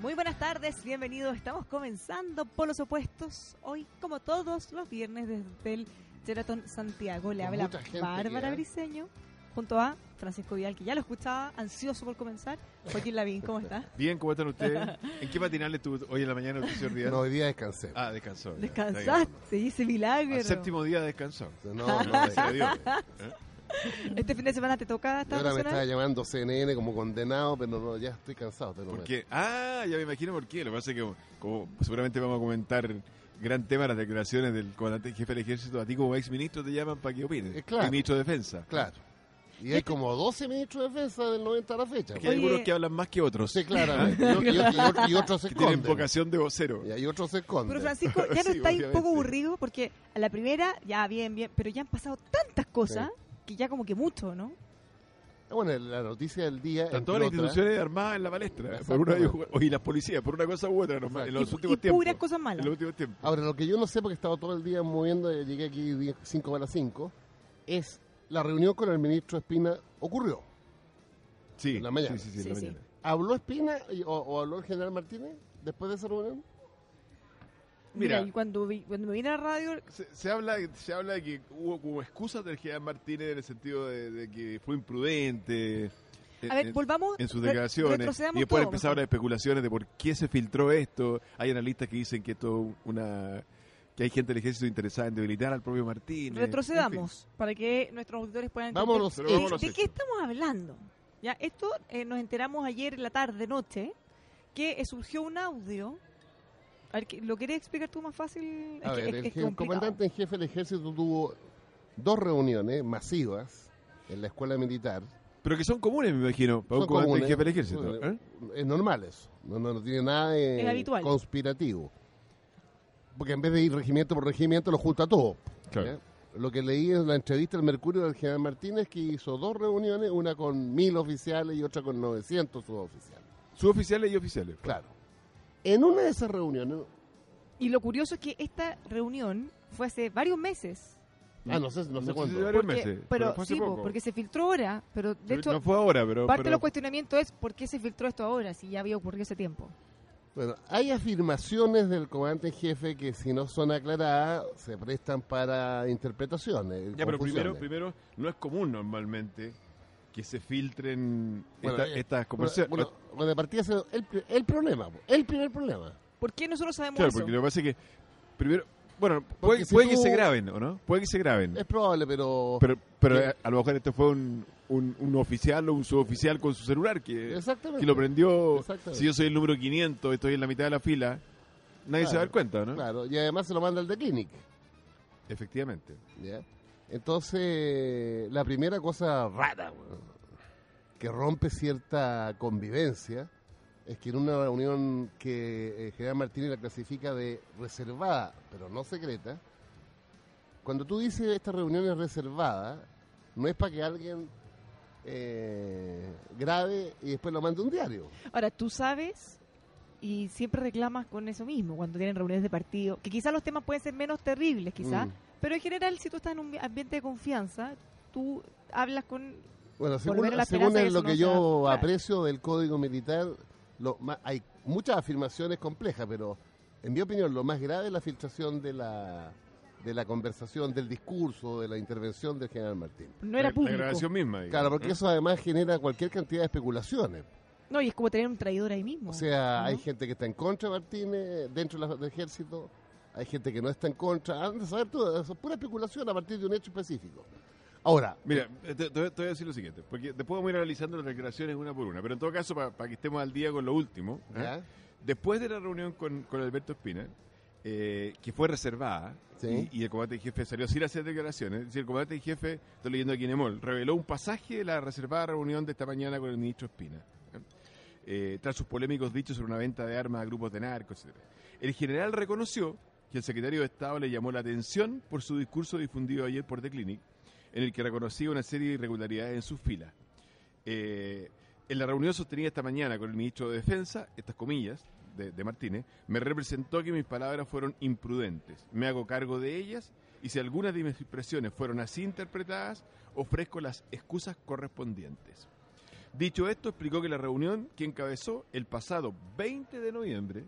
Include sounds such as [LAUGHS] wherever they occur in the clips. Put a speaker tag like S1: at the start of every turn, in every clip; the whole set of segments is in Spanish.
S1: Muy buenas tardes, bienvenidos. Estamos comenzando por los opuestos hoy, como todos los viernes, desde el Sheraton Santiago. Le
S2: Con
S1: habla
S2: mucha gente ¿eh?
S1: Bárbara
S2: ya.
S1: Briseño, junto a Francisco Vidal, que ya lo escuchaba, ansioso por comenzar. Joaquín Lavín, ¿cómo
S3: [LAUGHS]
S1: está?
S3: Bien, ¿cómo
S1: [LAUGHS]
S3: están ustedes? ¿En qué matinal estuvo hoy en la mañana usted se olvidó?
S2: No, hoy día descansé.
S3: Ah, descansó. ya. Está
S1: Descansaste, hice
S3: bien.
S1: milagro.
S3: Al séptimo día descansó. [LAUGHS]
S2: No, no,
S3: Gracias a Dios.
S1: Este fin de semana te toca
S2: yo
S1: estar
S2: ahora me estaba
S1: nacional.
S2: llamando CNN como condenado, pero no, ya estoy cansado. Te lo
S3: ¿Por
S2: prometo.
S3: qué? Ah, ya me imagino por qué. Lo que pasa es que, como seguramente vamos a comentar gran tema las declaraciones del comandante en jefe del ejército, a ti como ex ministro te llaman para que opines.
S2: Eh, claro.
S3: Y ministro de defensa.
S2: Claro. Y hay como 12 ministros de defensa del 90 a la fecha.
S3: Es que
S2: pues.
S3: hay
S1: Oye.
S3: algunos que hablan más que otros.
S2: Sí,
S3: [LAUGHS]
S2: claramente. Y, y- y- y otros se
S3: Que tienen
S2: esconden.
S3: vocación de vocero.
S2: Y hay otros se esconden.
S1: Pero
S3: [LAUGHS]
S1: Francisco, ya no está
S3: Sí,
S1: un poco
S3: obviamente.
S1: aburrido porque a la primera ya bien, bien, pero ya han pasado tantas cosas que ya como que mucho, ¿no?
S2: Ah, Bueno, la noticia del día.
S3: Están
S2: entre
S3: todas las
S2: otras,
S3: instituciones armadas en la palestra. Por una,
S2: Exactamente.
S3: y las policías, por una cosa u otra, nomás, en los
S1: Y-
S3: últimos
S1: y
S3: tiempos.
S1: puras cosas malas.
S3: En los últimos tiempos.
S2: Ahora, lo que yo no sé, porque estaba todo el día moviendo, eh, llegué aquí 10, 5 para las 5, es la reunión con el ministro Espina ocurrió.
S3: Sí,
S2: En la mañana.
S3: Sí, sí, sí, en
S1: Sí,
S3: la
S1: sí.
S3: mañana.
S2: ¿Habló Espina y- o, o habló el general Martínez después de esa reunión?
S1: Mira,
S3: Mira.
S1: y cuando, vi- cuando me vine a la radio,
S3: Se, se habla, se habla de que hubo como excusas del general Martínez en el sentido de, de que fue imprudente. en-
S1: a ver,
S3: en-
S1: volvamos
S3: eh, en sus
S1: re-
S3: declaraciones
S1: retrocedamos
S3: y después
S1: todo,
S3: empezaron
S1: mejor.
S3: las especulaciones de por qué se filtró esto. Hay analistas que dicen que esto es una que hay gente del ejército interesada en debilitar al propio Martínez.
S1: Retrocedamos para que nuestros auditores puedan entender
S2: Vamos a los
S3: Pero
S2: hechos.
S3: vamos a los
S1: de qué
S3: hechos.
S1: estamos hablando. Ya, esto eh, nos enteramos ayer en la tarde, noche, que eh, surgió un audio. A ver, ¿qué- ¿lo querés explicar tú más fácil? [LAUGHS]
S2: A
S1: Es que- es
S2: ver, el,
S1: que es
S2: je- el
S1: complicado.
S2: comandante en jefe del ejército tuvo dos reuniones masivas en la escuela militar.
S3: En fin. Pero que son comunes, me imagino, para un
S2: Son
S3: comandante en
S2: comunes.
S3: jefe del ejército.
S2: Bueno,
S3: ¿eh?
S2: Es normal eso. No, no, no tiene nada de
S1: Es habitual.
S2: conspirativo. Porque en vez de ir regimiento por regimiento, lo junta todo.
S3: ¿eh? Claro.
S2: ¿ya? Lo que leí en la entrevista del Mercurio del general Martínez, que hizo dos reuniones, una con mil oficiales y otra con 900 suboficiales.
S3: Suboficiales y oficiales. pues.
S2: Claro. En una de esas reuniones,
S1: Y lo curioso es que esta reunión fue hace varios meses.
S2: ah, no sé, no sé
S3: No sé
S2: cuánto.
S3: si varios
S1: Porque-
S3: meses,
S1: pero
S3: pero fue hace
S1: sí, po,
S3: poco.
S1: porque se filtró ahora, pero de hecho
S3: no fue ahora, pero,
S1: parte de
S3: pero
S1: los cuestionamientos es por qué se filtró esto ahora, si ya había ocurrido ese tiempo.
S2: Bueno, hay afirmaciones del comandante en jefe que si no son aclaradas se prestan para interpretaciones.
S3: Ya, pero primero,
S2: confusiones.
S3: primero, no es común normalmente que se filtren
S2: Bueno,
S3: esta-
S2: eh,
S3: estas
S2: Bueno,
S3: conversaciones.
S2: Bueno, bueno, de partida, se- el, pri- el problema, po, el primer problema.
S1: ¿Por qué nosotros sabemos
S3: claro,
S1: eso?
S3: porque lo que pasa es que primero, bueno, puede,
S2: si
S3: puede
S2: tú-
S3: que se graben, ¿o no? Puede que se graben.
S2: Es probable, pero...
S3: Pero, pero
S2: Eh.
S3: a lo mejor este fue un, un, un oficial o un suboficial con su celular que,
S2: exactamente.
S3: que eh, lo prendió.
S2: Exactamente.
S3: Si yo soy el número 500, estoy en la mitad de la fila, nadie se va a
S2: Claro,
S3: dar cuenta, ¿no?
S2: Claro, y además se lo manda al de Clinic.
S3: Efectivamente.
S2: ¿ya? Entonces, la primera cosa rara bueno, que rompe cierta convivencia es que en una reunión que eh, General Martínez la clasifica de reservada, pero no secreta, cuando tú dices esta reunión es reservada, no es para que alguien eh, grabe y después lo mande a un diario.
S1: Ahora, tú sabes y siempre reclamas con eso mismo cuando tienen reuniones de partido, que quizás los temas pueden ser menos terribles, quizás,
S2: Mm.
S1: pero en general si tú estás en un ambiente de confianza, tú hablas con...
S2: Bueno,
S1: Por lo menos
S2: según,
S1: la
S2: según
S1: esperanza
S2: es
S1: que
S2: lo
S1: eso
S2: que
S1: no
S2: yo
S1: sea- claro.
S2: aprecio del Código Militar, lo ma- hay muchas afirmaciones complejas, pero en mi opinión lo más grave es la filtración de la, de la conversación, del discurso, de la intervención del general Martín.
S1: No era
S3: La-
S1: público.
S3: La grabación misma. digamos,
S2: Claro, porque
S3: ¿no?
S2: eso además genera cualquier cantidad de especulaciones.
S1: No, y es como tener un traidor ahí mismo.
S2: O sea,
S1: ¿no?
S2: hay gente que está en contra de Martínez dentro de la- del ejército, hay gente que no está en contra. Antes de saber todo, eso es pura especulación a partir de un hecho específico. Ahora,
S3: Mira, te, te- te voy a decir lo siguiente, porque después vamos a ir analizando las declaraciones una por una, pero en todo caso, para que estemos al día con lo último, ¿eh?
S2: ¿ya?
S3: después de la reunión con, con Alberto Espina, eh, que fue reservada,
S2: Sí.
S3: y, y el comandante en jefe salió sin hacer declaraciones, es decir, el comandante en jefe, estoy leyendo aquí en Emol, reveló un pasaje de la reservada reunión de esta mañana con el ministro Espina, ¿eh? Eh, tras sus polémicos dichos sobre una venta de armas a grupos de narcos, etc. El general reconoció que el secretario de Estado le llamó la atención por su discurso difundido ayer por The Clinic, en el que reconocía una serie de irregularidades en sus filas. Eh, en la reunión sostenida esta mañana con el ministro de Defensa, estas comillas, de, de Martínez, me representó que mis palabras fueron imprudentes. Me hago cargo de ellas y si algunas de mis expresiones fueron así interpretadas, ofrezco las excusas correspondientes. Dicho esto, explicó que la reunión que encabezó el pasado 20 de noviembre,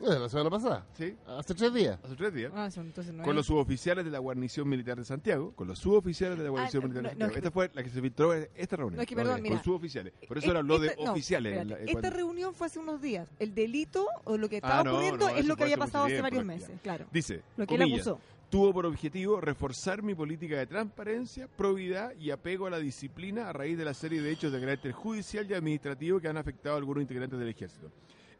S2: Bueno, la semana pasada,
S3: ¿sí?
S2: hace tres días.
S3: hace tres días,
S1: Ah, son- entonces no
S3: con
S1: es-
S3: los suboficiales de la guarnición militar de Santiago, con los suboficiales de la guarnición
S1: Ah,
S3: militar
S1: no,
S3: de
S1: no,
S3: Santiago.
S1: es que-
S3: esta fue la que se filtró en esta reunión.
S1: No, es que perdón,
S3: Ok.
S1: mira.
S3: Con suboficiales. Por eso
S1: Eh,
S3: ahora habló
S1: esta-
S3: de
S1: no,
S3: oficiales. en
S1: espérate.
S3: la- en
S1: Esta
S3: cuando- Ah,
S1: reunión fue hace unos días. El delito o lo que estaba
S3: no,
S1: ocurriendo
S3: no,
S1: es
S3: eso
S1: lo que
S3: fue
S1: había
S3: hace mucho
S1: pasado hace
S3: tiempo,
S1: varios
S3: ya.
S1: meses, claro.
S3: Dice,
S1: Lo que
S3: comillas,
S1: él acusó.
S3: tuvo por objetivo reforzar mi política de transparencia, probidad y apego a la disciplina a raíz de la serie de hechos de carácter judicial y administrativo que han afectado a algunos integrantes del ejército.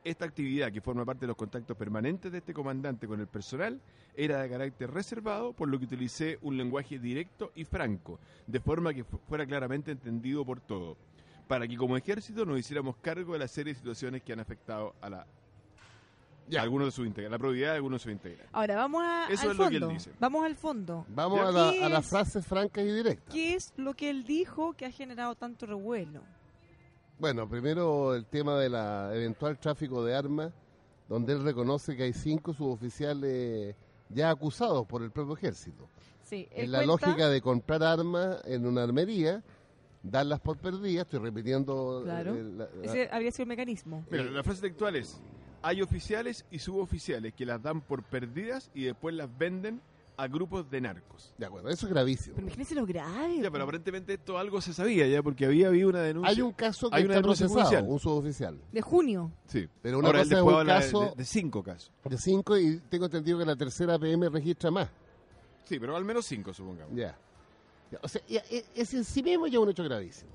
S3: Esta actividad, que forma parte de los contactos permanentes de este comandante con el personal, era de carácter reservado, por lo que utilicé un lenguaje directo y franco, de forma que fu- fuera claramente entendido por todo, para que como ejército nos hiciéramos cargo de la serie de situaciones que han afectado a, la, a algunos de sus integrantes, la probidad de algunos de sus integrantes.
S1: Ahora, vamos a,
S3: Eso
S1: al
S3: es lo que él
S1: fondo.
S3: dice.
S1: Vamos al fondo.
S2: Vamos
S3: ¿Ya?
S2: a, la,
S1: ¿Qué
S2: a las
S1: es?
S2: frases francas y directas.
S1: ¿Qué es lo que él dijo que ha generado tanto revuelo?
S2: Bueno, primero el tema del eventual tráfico de armas, donde él reconoce que hay cinco suboficiales ya acusados por el propio ejército.
S1: Sí,
S2: en la lógica de comprar armas en una armería, darlas por perdidas, estoy repitiendo... eh,
S1: Claro.
S2: la- la-
S1: Ese habría sido el mecanismo.
S3: Mira,
S2: Eh,
S3: la frase textual es: hay oficiales y suboficiales que las dan por perdidas y después las venden a grupos de narcos.
S2: de acuerdo, eso es gravísimo.
S1: Pero imagínense lo grave.
S3: Ya, pero aparentemente esto algo se sabía ya, porque había habido una denuncia.
S2: Hay un caso que
S3: Hay una
S2: está
S3: denuncia
S2: procesado,
S3: judicial.
S2: un suboficial,
S1: De junio.
S3: Sí.
S2: Pero una
S3: Ahora
S2: cosa
S3: él
S2: es
S3: después
S2: un
S3: habla de-
S2: caso-
S3: de, de cinco casos.
S2: de cinco, y tengo entendido que la tercera PM registra más.
S3: Sí, pero al menos cinco, supongamos.
S2: Ya. Ya, O sea, ya, e- es en sí mismo ya un hecho gravísimo.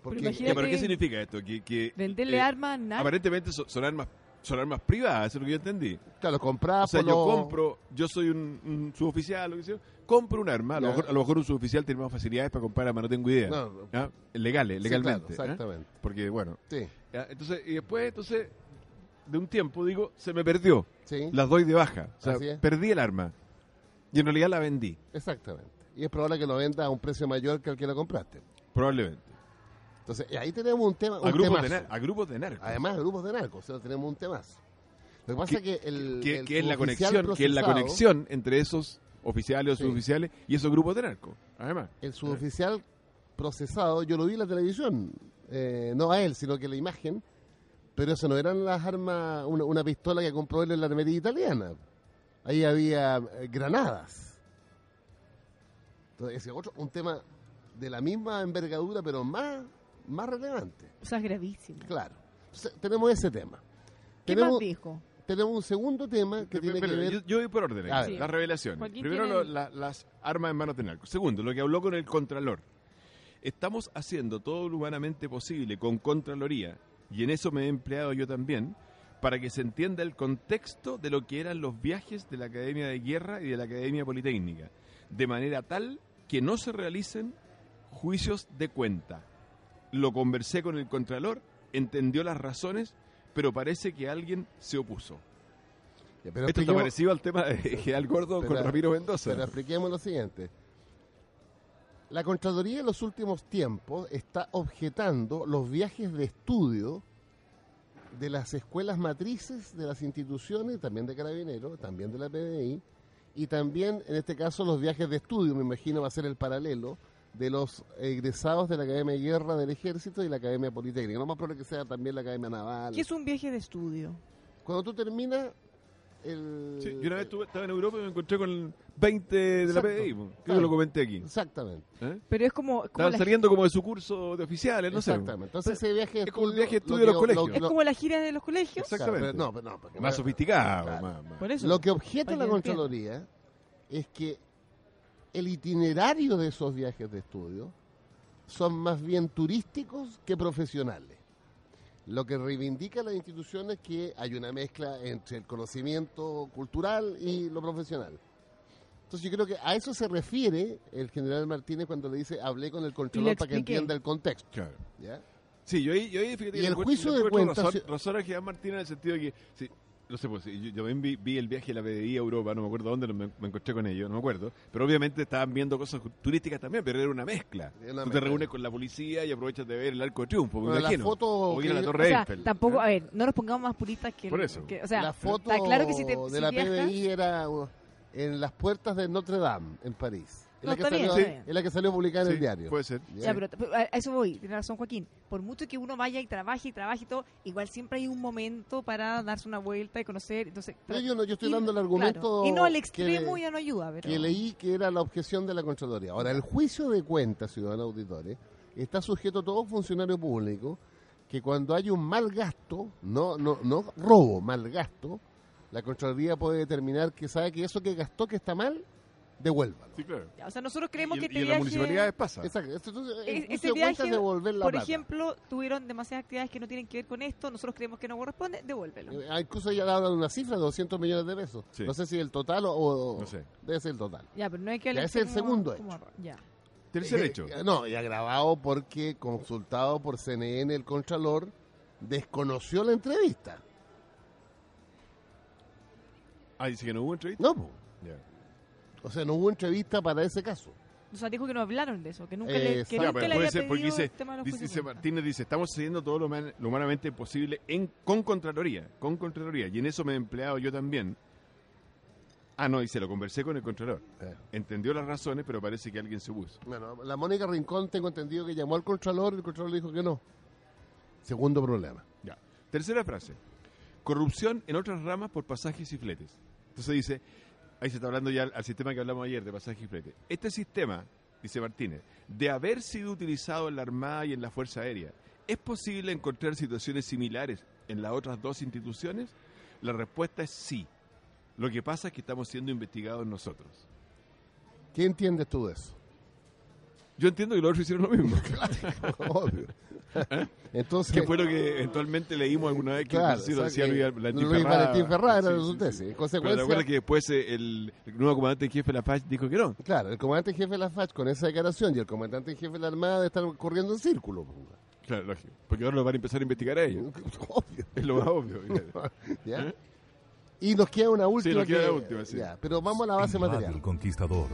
S2: Porque
S1: imagínate-
S3: Ya, pero ¿qué
S1: que-
S3: significa esto? Que, que,
S1: Venderle
S3: eh,
S1: armas, nada.
S3: Aparentemente so- son armas, son armas privadas, eso es lo que yo entendí.
S2: Claro, comprar
S3: O sea,
S2: por
S3: yo
S2: lo-
S3: compro, yo soy un, un suboficial, lo que sea, compro un arma. A lo,
S2: Ya.
S3: mejor, a lo mejor un suboficial tiene más facilidades para comprar armas, no tengo idea.
S2: No,
S3: ¿Ah? Legales,
S2: sí,
S3: legalmente.
S2: claro,
S3: ¿eh?
S2: exactamente.
S3: Porque, bueno,
S2: Sí,
S3: Ya, Entonces, y después, entonces, de un tiempo, digo, se me perdió.
S2: sí,
S3: Las doy de baja. O
S2: Así es.
S3: sea, perdí el arma. Y en realidad la vendí,
S2: exactamente. Y es probable que lo vendas a un precio mayor que el que lo compraste.
S3: probablemente.
S2: Entonces, y ahí tenemos un tema.
S3: A
S2: Un
S3: grupos, de,
S2: temazo.
S3: nar- a grupos de narcos.
S2: Además, grupos de narcos, o sea, tenemos un temazo. Lo que pasa es que el.
S3: que,
S2: el
S3: que es la
S2: suboficial
S3: conexión, que es la
S2: procesado-
S3: conexión entre esos oficiales o
S2: Sí.
S3: suboficiales y esos grupos de narcos. Además.
S2: El suboficial procesado, yo lo vi en la televisión, eh, no a él, sino que la imagen, pero eso no eran las armas, una, una pistola que compró él en la armería italiana. Ahí había eh, granadas. Entonces, ese otro, un tema de la misma envergadura, pero más, más relevante,
S1: O sea, es gravísimo.
S2: claro. Entonces, tenemos ese tema.
S1: ¿Qué
S2: tenemos,
S1: más dijo?
S2: tenemos un segundo tema que tiene
S3: Pero
S2: que ver...
S3: yo, yo voy por orden.
S2: A
S3: aquí.
S2: ver.
S3: Las revelaciones.
S1: Joaquín
S3: Primero,
S1: tiene-
S3: lo- la- las armas en manos de narcos. Segundo, lo que habló con el Contralor. Estamos haciendo todo lo humanamente posible con Contraloría, y en eso me he empleado yo también, para que se entienda el contexto de lo que eran los viajes de la Academia de Guerra y de la Academia Politécnica, de manera tal que no se realicen juicios de cuenta. Lo conversé con el Contralor, entendió las razones, pero parece que alguien se opuso.
S2: Ya, pero
S3: Esto está
S2: expliquemos-
S3: parecido al tema de [LAUGHS] General Gordo
S2: Pero-
S3: con Ramiro Mendoza.
S2: Pero expliquemos lo siguiente. La Contraloría en los últimos tiempos está objetando los viajes de estudio de las escuelas matrices de las instituciones, también de Carabineros, también de la PDI, y también, en este caso, los viajes de estudio, me imagino va a ser el paralelo, de los egresados de la Academia de Guerra del Ejército y la Academia Politécnica. Lo más probable es que sea también la Academia Naval.
S1: ¿Qué es un viaje de estudio?
S2: Cuando tú terminas el...
S3: Sí, yo una vez estuve- estaba en Europa y me encontré con 20 de la
S2: Exacto.
S3: PDI. po. Creo pues, que
S2: Claro.
S3: lo comenté aquí.
S2: Exactamente.
S3: ¿Eh?
S1: Pero es como, es como
S3: Estaban
S1: la,
S3: saliendo como de su curso de oficiales, no sé.
S2: Exactamente. Entonces ese viaje de
S3: es como el
S2: estudio,
S3: viaje de
S2: lo
S3: estudio
S2: que-
S3: de los
S2: lo-
S3: colegios.
S1: es
S2: lo-
S1: como la gira de los colegios.
S3: Exacto.
S2: Claro,
S3: Exactamente.
S2: pero no, pero no, porque
S3: Más
S2: no-
S3: sofisticado.
S2: Claro.
S3: más- más-
S1: Por eso.
S2: Lo que objeta
S1: Para
S2: la
S1: que entienda.
S2: Contraloría es que el itinerario de esos viajes de estudio son más bien turísticos que profesionales. Lo que reivindica las instituciones es que hay una mezcla entre el conocimiento cultural y lo profesional. Entonces yo creo que a eso se refiere el general Martínez cuando le dice hablé con el Contralor para que
S1: expliqué.
S2: entienda el contexto.
S3: Claro.
S2: ¿ya?
S3: Sí, yo ahí, yo ahí fíjate
S2: Y
S3: que
S2: el
S3: encuentro-
S2: juicio
S3: le
S2: de
S3: encuentro
S2: cuentas-
S3: razón- razón a Gerard Martínez en el sentido de que, sí, no sé, pues, yo, yo vi, vi el viaje de la PDI a Europa, no me acuerdo dónde, no me, me encontré con ellos, no me acuerdo. Pero obviamente estaban viendo cosas turísticas también, pero era una mezcla.
S2: Era una
S3: Tú
S2: mezcla.
S3: te reúnes con la policía y aprovechas de ver el arco de triunfo, me
S2: Bueno, la
S3: imagino.
S2: foto
S3: o ir a la
S2: que-
S3: Torre
S1: O sea,
S3: Eiffel.
S1: tampoco,
S3: ¿eh?
S1: a ver, no nos pongamos más puristas que...
S3: Por eso.
S1: que- o sea,
S2: la foto
S1: está claro que si te-
S2: de
S1: si
S2: la
S1: viajas-
S2: PBI era uh, en las puertas de Notre Dame, en París. Es
S1: No,
S2: la que
S1: está bien,
S2: salió,
S1: está bien.
S2: es la que salió publicada en
S3: Sí,
S2: el diario.
S3: Puede ser.
S2: ¿Ya?
S1: Ya, pero, pero a a eso voy, tiene razón Joaquín. Por mucho que uno vaya y trabaje y trabaje y todo, igual siempre hay un momento para darse una vuelta y conocer. Entonces,
S2: No, yo, no, yo estoy
S1: ir-
S2: dando el argumento
S1: claro, y no al
S2: que-
S1: extremo ya no ayuda, pero
S2: que, leí que era la objeción de la Contraloría. Ahora, el juicio de cuentas, ciudadanos auditores, está sujeto a todo funcionario público que cuando hay un mal gasto, no, no, no robo, mal gasto, la Contraloría puede determinar que sabe que eso que gastó que está mal, devuélvalo.
S3: Sí, claro.
S1: o sea, nosotros creemos
S3: y,
S1: que
S3: y
S1: este
S3: en las
S1: viaje,
S3: municipalidades pasa.
S2: Exacto. Entonces, el
S1: E-
S2: juicio
S1: ese
S2: de
S1: viaje,
S2: cuentas es devolver la
S1: por
S2: plata.
S1: ejemplo, tuvieron demasiadas actividades que no tienen que ver con esto, nosotros creemos que no corresponde, devuélvelo.
S2: Eh, Incluso ya hablan de una cifra de 200 millones de pesos.
S3: Sí.
S2: No sé si el total o, o-
S3: No sé.
S2: debe ser el total.
S1: Ya, pero no hay que
S2: Ya, ese es el segundo hecho.
S1: Ya.
S3: Tercer
S2: Eh,
S3: hecho.
S2: eh, No, y agravado porque consultado por CNN el Contralor desconoció la entrevista.
S3: Ah, dice que no hubo entrevista.
S2: No, po.
S3: Ya.
S2: o sea, no hubo entrevista para ese caso.
S1: O sea, dijo que no hablaron de eso, que nunca
S2: Eh,
S1: le, que
S2: exacto.
S3: Ya,
S1: nunca
S3: pero
S1: le
S3: puede
S1: había
S3: ser, porque
S1: pedido
S3: dice-
S1: el tema de los
S3: Dice,
S1: juicios de
S3: dice
S1: cuentas.
S3: Martínez, dice, estamos haciendo todo lo, man- lo humanamente posible en, con Contraloría, con Contraloría. Y en eso me he empleado yo también. Ah, no, dice, lo conversé con el Contralor.
S2: Eh.
S3: Entendió las razones, pero parece que alguien se puso.
S2: Bueno, la Mónica Rincón tengo entendido que llamó al Contralor y el Contralor le dijo que no. Segundo problema.
S3: Ya. Tercera frase. Corrupción en otras ramas por pasajes y fletes. Entonces dice, ahí se está hablando ya al, al sistema que hablamos ayer de pasajes y fletes. Este sistema, dice Martínez, de haber sido utilizado en la Armada y en la Fuerza Aérea, ¿es posible encontrar situaciones similares en las otras dos instituciones? La respuesta es sí. Lo que pasa es que estamos siendo investigados nosotros.
S2: ¿Qué entiendes tú de eso? [LAUGHS]
S3: Yo entiendo que los otros hicieron lo mismo.
S2: Obvio. Entonces,
S3: que ¿Eh? fue lo que eventualmente leímos alguna vez que
S2: Claro,
S3: sí lo
S2: o sea,
S3: hacía
S2: que
S3: Luis
S2: Luis Valentín Ferrara
S3: Sí,
S2: era
S3: sí,
S2: su
S3: sí.
S2: tesis. En
S3: Pero te
S2: consecuencia,
S3: acuerdas que después eh, el, el nuevo comandante en jefe de la FACH dijo que no.
S2: Claro, el comandante en jefe de la FACH con esa declaración y el comandante en jefe de la Armada están corriendo en círculo. pues, po.
S3: Claro, lógico. Uh. Porque ahora lo van a empezar a investigar a ellos.
S2: [LAUGHS] Obvio.
S3: Es lo más obvio. claro.
S2: ¿ya?
S3: ¿Eh?
S2: Y nos queda una última.
S3: nos queda
S2: que-
S3: la última, sí.
S2: ya, pero vamos a la base
S4: En Radio El
S2: material.
S4: Conquistador.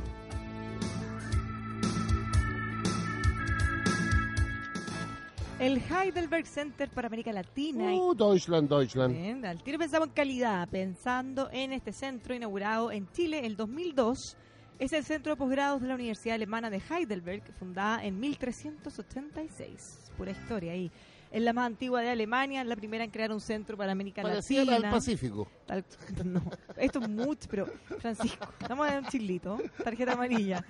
S1: El Heidelberg Center para América Latina y
S2: Uh, Deutschland, Deutschland.
S1: Bien, al tiro pensamos en calidad, pensando en este centro inaugurado en Chile el 2002. Es el centro de posgrados de la Universidad Alemana de Heidelberg, fundada en 1386. Pura historia ahí. Es la más antigua de Alemania, la primera en crear un centro para América
S2: Parecía la
S1: Latina.
S2: del Pacífico.
S1: Tal- no, esto es mucho, pero Francisco, vamos a dar un chilito, tarjeta amarilla.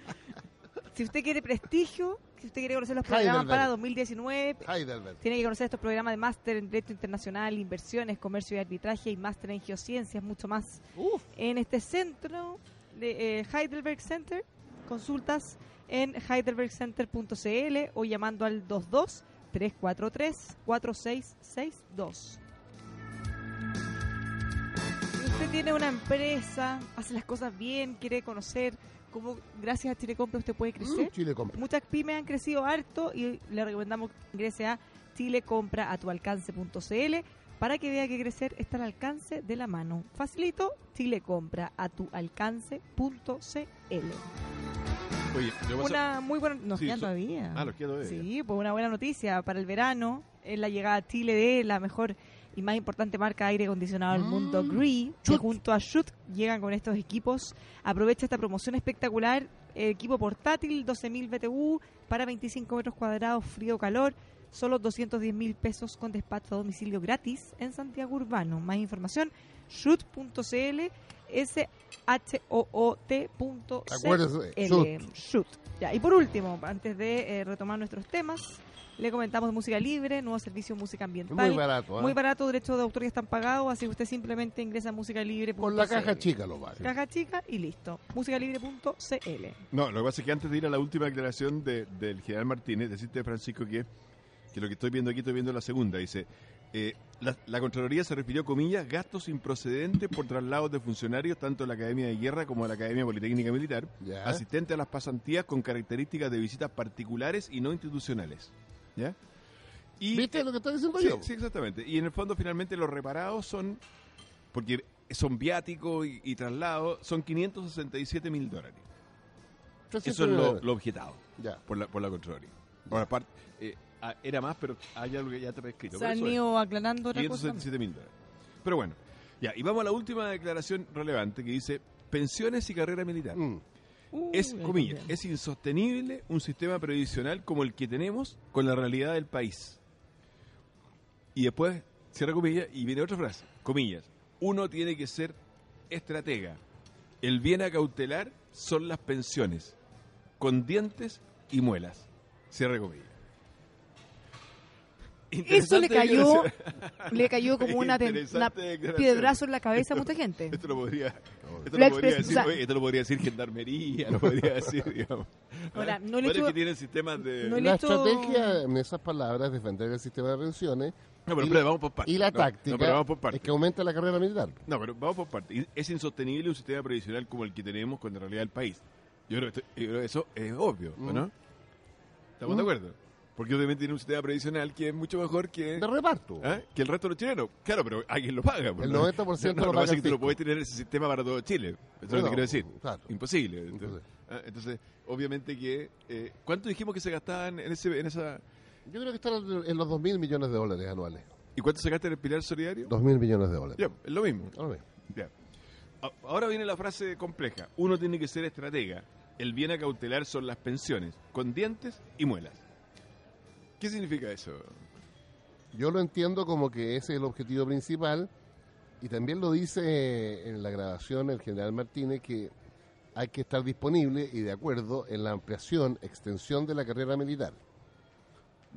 S1: Si usted quiere prestigio, si usted quiere conocer los programas
S2: Heidelberg.
S1: para 2019,
S2: Heidelberg.
S1: tiene que conocer estos programas de máster en Derecho Internacional, Inversiones, Comercio y Arbitraje y máster en Geociencias, mucho más.
S2: Uf,
S1: En este centro de eh, Heidelberg Center, consultas en heidelbergcenter.cl o llamando al 22 343 4662. Si usted tiene una empresa, hace las cosas bien, quiere conocer cómo gracias a Chilecompra usted puede crecer.
S2: mm, Chile compra.
S1: Muchas pymes han crecido harto y le recomendamos que ingrese a chilecompra.atualcance.cl para que vea que crecer está al alcance de la mano. Facilito, chilecompra.atualcance.cl.
S3: Oye, yo paso-
S1: Una muy buena... Nos
S3: Sí,
S1: quedan
S3: so-
S1: todavía.
S3: Ah, los quiero ver.
S1: Sí, pues una buena noticia para el verano es la llegada a Chile de la mejor y más importante marca de aire acondicionado del
S2: Mm.
S1: mundo, Gree, que
S2: Schütz.
S1: junto a Shoot llegan con estos equipos. Aprovecha esta promoción espectacular equipo portátil, 12.000 BTU para 25 metros cuadrados, frío, calor, solo 210 mil pesos con despacho a domicilio gratis en Santiago Urbano. Más información, shoot.cl, s h o o
S2: Acuérdese, shoot.
S1: Shoot. Ya, y por último, antes de eh, retomar nuestros temas, le comentamos de música libre, nuevo servicio de música
S2: Es
S1: ambiental.
S2: muy barato. ¿ah?
S1: Muy barato, derechos de autor ya están pagados, así que usted simplemente ingresa a música libre.
S2: Con la caja chica lo vale.
S1: Caja chica y listo. Musicalibre.cl.
S3: No, lo que pasa es que antes de ir a la última declaración de- del general Martínez, decirte, Francisco, que, que lo que estoy viendo aquí, estoy viendo la segunda. Dice, eh, la, la Contraloría se refirió, comillas, gastos improcedentes por traslados de funcionarios tanto a la Academia de Guerra como a la Academia Politécnica Militar,
S2: Ya.
S3: asistente a las pasantías con características de visitas particulares y no institucionales. ¿Ya? Y, eh,
S2: ¿Viste lo que está diciendo
S3: Sí,
S2: yo?
S3: sí, exactamente. Y en el fondo, finalmente, los reparados son, porque son viáticos y, y traslados, son 567 mil dólares.
S2: 300
S3: Eso es lo,
S2: dólares.
S3: lo objetado
S2: Ya.
S3: por la, por la Contraloría. Ahora, aparte, eh, ah, era más, pero hay algo que ya está escrito.
S1: Se han ido aclarando otra cosa.
S3: 577 mil dólares. Pero bueno, ya, y vamos a la última declaración relevante que dice: pensiones y carrera militar.
S2: Mm.
S1: Uh,
S3: Es,
S1: ahí
S3: comillas,
S1: también.
S3: es insostenible un sistema previsional como el que tenemos con la realidad del país. Y después, cierra comillas, y viene otra frase, comillas, uno tiene que ser estratega. El bien a cautelar son las pensiones, con dientes y muelas. Cierra comillas.
S1: Eso le
S3: Interesante
S1: cayó,
S3: declaración.
S1: le cayó
S3: [LAUGHS]
S1: como una, ten- una
S3: Interesante declaración.
S1: piedrazo en la cabeza a mucha gente.
S3: [LAUGHS] Esto lo podría, esto
S1: Lo
S3: lo podría
S1: expresa-
S3: decir, oye, esto lo podría decir gendarmería, lo podría decir, digamos.
S1: Ahora, no le
S3: Bueno, es
S1: echo-
S3: que tienen sistemas de...
S1: no le-
S2: La
S1: hecho-
S2: estrategia, en esas palabras, es defender el sistema de pensiones
S3: No,
S2: Y
S3: pero,
S2: la-
S3: pero vamos por partes.
S2: y la
S3: No,
S2: táctica
S3: No, pero vamos por partes.
S2: es que aumenta la carrera militar.
S3: No, pero vamos por partes. Y Es insostenible un sistema previsional como el que tenemos con la realidad del país. Yo creo que, esto- yo creo que eso es obvio, ¿o
S2: Mm.
S3: ¿no? ¿Estamos
S2: Mm.
S3: de acuerdo? Porque obviamente tiene un sistema previsional que es mucho mejor que,
S2: De reparto.
S3: ¿ah? que el resto de los chilenos. Claro, pero alguien lo paga. pues,
S2: El
S3: ¿no?
S2: 90%
S3: No, no,
S2: lo
S3: lo que pasa
S2: paga
S3: es que tú
S2: el
S3: no puedes tener ese sistema para todo Chile. Eso es lo que
S2: Bueno,
S3: te quiero decir.
S2: claro.
S3: Imposible. Entonces,
S2: Entonces,
S3: ah, entonces, obviamente que... eh, ¿Cuánto dijimos que se gastaban en, ese, en esa...
S2: yo creo que están en los 2.000 millones de dólares anuales.
S3: ¿Y cuánto se gasta en el pilar solidario?
S2: 2.000 millones de dólares.
S3: Ya, es lo mismo.
S2: A ver.
S3: Ya. A- Ahora viene la frase compleja. Uno tiene que ser estratega. El bien a cautelar son las pensiones, con dientes y muelas. ¿Qué significa eso?
S2: Yo lo entiendo como que ese es el objetivo principal y también lo dice eh, en la grabación el general Martínez que hay que estar disponible y de acuerdo en la ampliación, extensión de la carrera militar.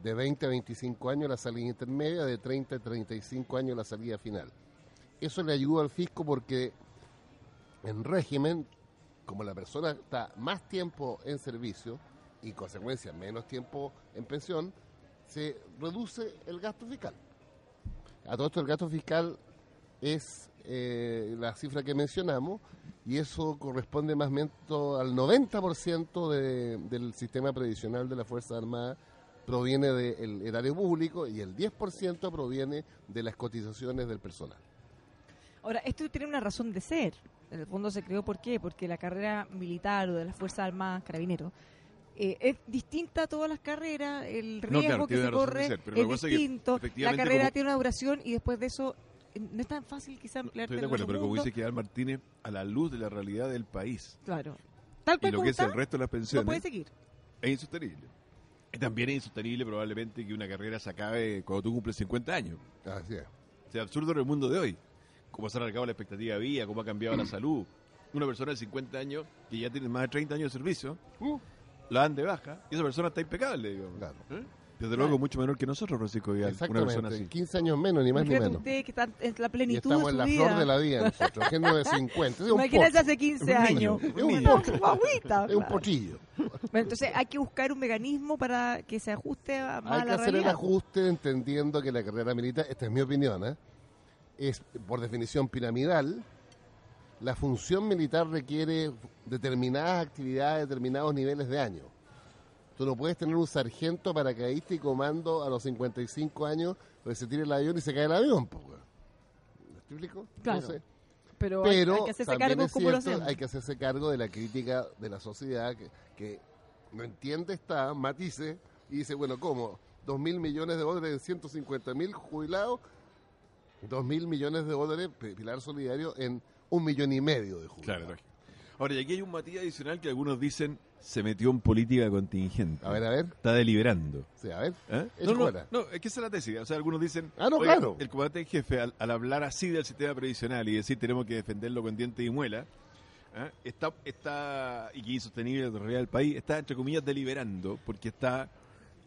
S2: De 20 a 25 años la salida intermedia, de 30 a 35 años la salida final. Eso le ayuda al fisco porque en régimen, como la persona está más tiempo en servicio y en consecuencia menos tiempo en pensión, se reduce el gasto fiscal. A todo esto el gasto fiscal es eh, la cifra que mencionamos y eso corresponde más o menos al 90% de- del sistema previsional de la Fuerza Armada proviene del erario público y el 10% proviene de las cotizaciones del personal.
S1: Ahora, esto tiene una razón de ser. En el fondo se creó, ¿por qué? Porque la carrera militar o de las Fuerzas Armadas, Carabineros, eh, es distinta a todas las carreras, el
S3: No, claro,
S1: riesgo que se
S3: tiene una razón de
S1: corre
S3: ser, pero
S1: es
S3: lo que pasa es que
S1: distinto, la
S3: efectivamente
S1: carrera
S3: como-
S1: tiene una duración y después de eso eh, no es tan fácil quizá ampliar
S3: Estoy de acuerdo, pero como dice que Martínez, a la luz de la realidad del país
S1: Claro. Tal
S3: y
S1: cual
S3: lo
S1: como
S3: que es el
S1: está,
S3: resto de las
S1: no puede
S3: pensiones,
S1: seguir.
S3: es insostenible. Y también es insostenible probablemente que una carrera se acabe cuando tú cumples 50 años.
S2: Así es.
S3: O sea, absurdo en el mundo de hoy. Cómo se ha alargado la expectativa de vida, cómo ha cambiado la salud. Una persona de 50 años que ya tiene más de 30 años de servicio, la dan de baja y esa persona está impecable, digamos.
S2: Uh. Claro.
S3: ¿Eh? Desde luego, mucho menor que nosotros, Francisco Vidal. Una persona
S2: Exactamente,
S3: así.
S2: 15 años menos, ni más ni
S1: Imagínate
S2: menos.
S1: usted que está en la
S2: Y
S1: plenitud
S2: estamos
S1: de
S2: en
S1: su
S2: la
S1: vida.
S2: flor de la vida nosotros, gente de 50. Es un,
S1: Imagínate
S2: pocho,
S1: hace 15
S3: Un niño,
S1: años.
S3: un
S1: Un [LAUGHS]
S3: niño.
S1: poco guaguita,
S2: es un
S1: claro.
S2: pochillo.
S1: Bueno, entonces hay que buscar un mecanismo para que se ajuste a, más
S2: Hay
S1: a
S2: que
S1: la
S2: hacer el
S1: realidad.
S2: ajuste entendiendo que la carrera militar, esta es mi opinión, ¿eh? es por definición piramidal. La función militar requiere determinadas actividades, determinados niveles de año. Tú no puedes tener un sargento paracaidista y comando a los 55 años, porque se tira el avión y se cae el avión. po, weón. ¿Me explico?
S1: Claro.
S2: Entonces,
S1: pero, hay-
S2: pero
S1: hay que hacerse
S2: también
S1: cargo
S2: es
S1: como lo
S2: cierto,
S1: hacemos.
S2: hay que hacerse cargo de la crítica de la sociedad que, que no entiende está matice y dice bueno cómo dos mil millones de dólares en 150 mil jubilados dos mil millones de dólares pi- pilar solidario en un millón y medio de jubilados
S3: Claro, lógico. Ahora, y aquí hay un matiz adicional que algunos dicen se metió en política contingente.
S2: A ver, a ver.
S3: Está deliberando.
S2: Sí, a ver.
S3: ¿Eh?
S2: Es
S3: No, no,
S2: buena.
S3: no, es que esa es la tesis. O sea, algunos dicen,
S2: Ah, no,
S3: "Oiga,
S2: claro.
S3: el comandante en jefe, al, al hablar así del sistema previsional y decir tenemos que defenderlo con dientes y muela, ¿eh? está, está, y que es insostenible la realidad del país, está, entre comillas, deliberando, porque está,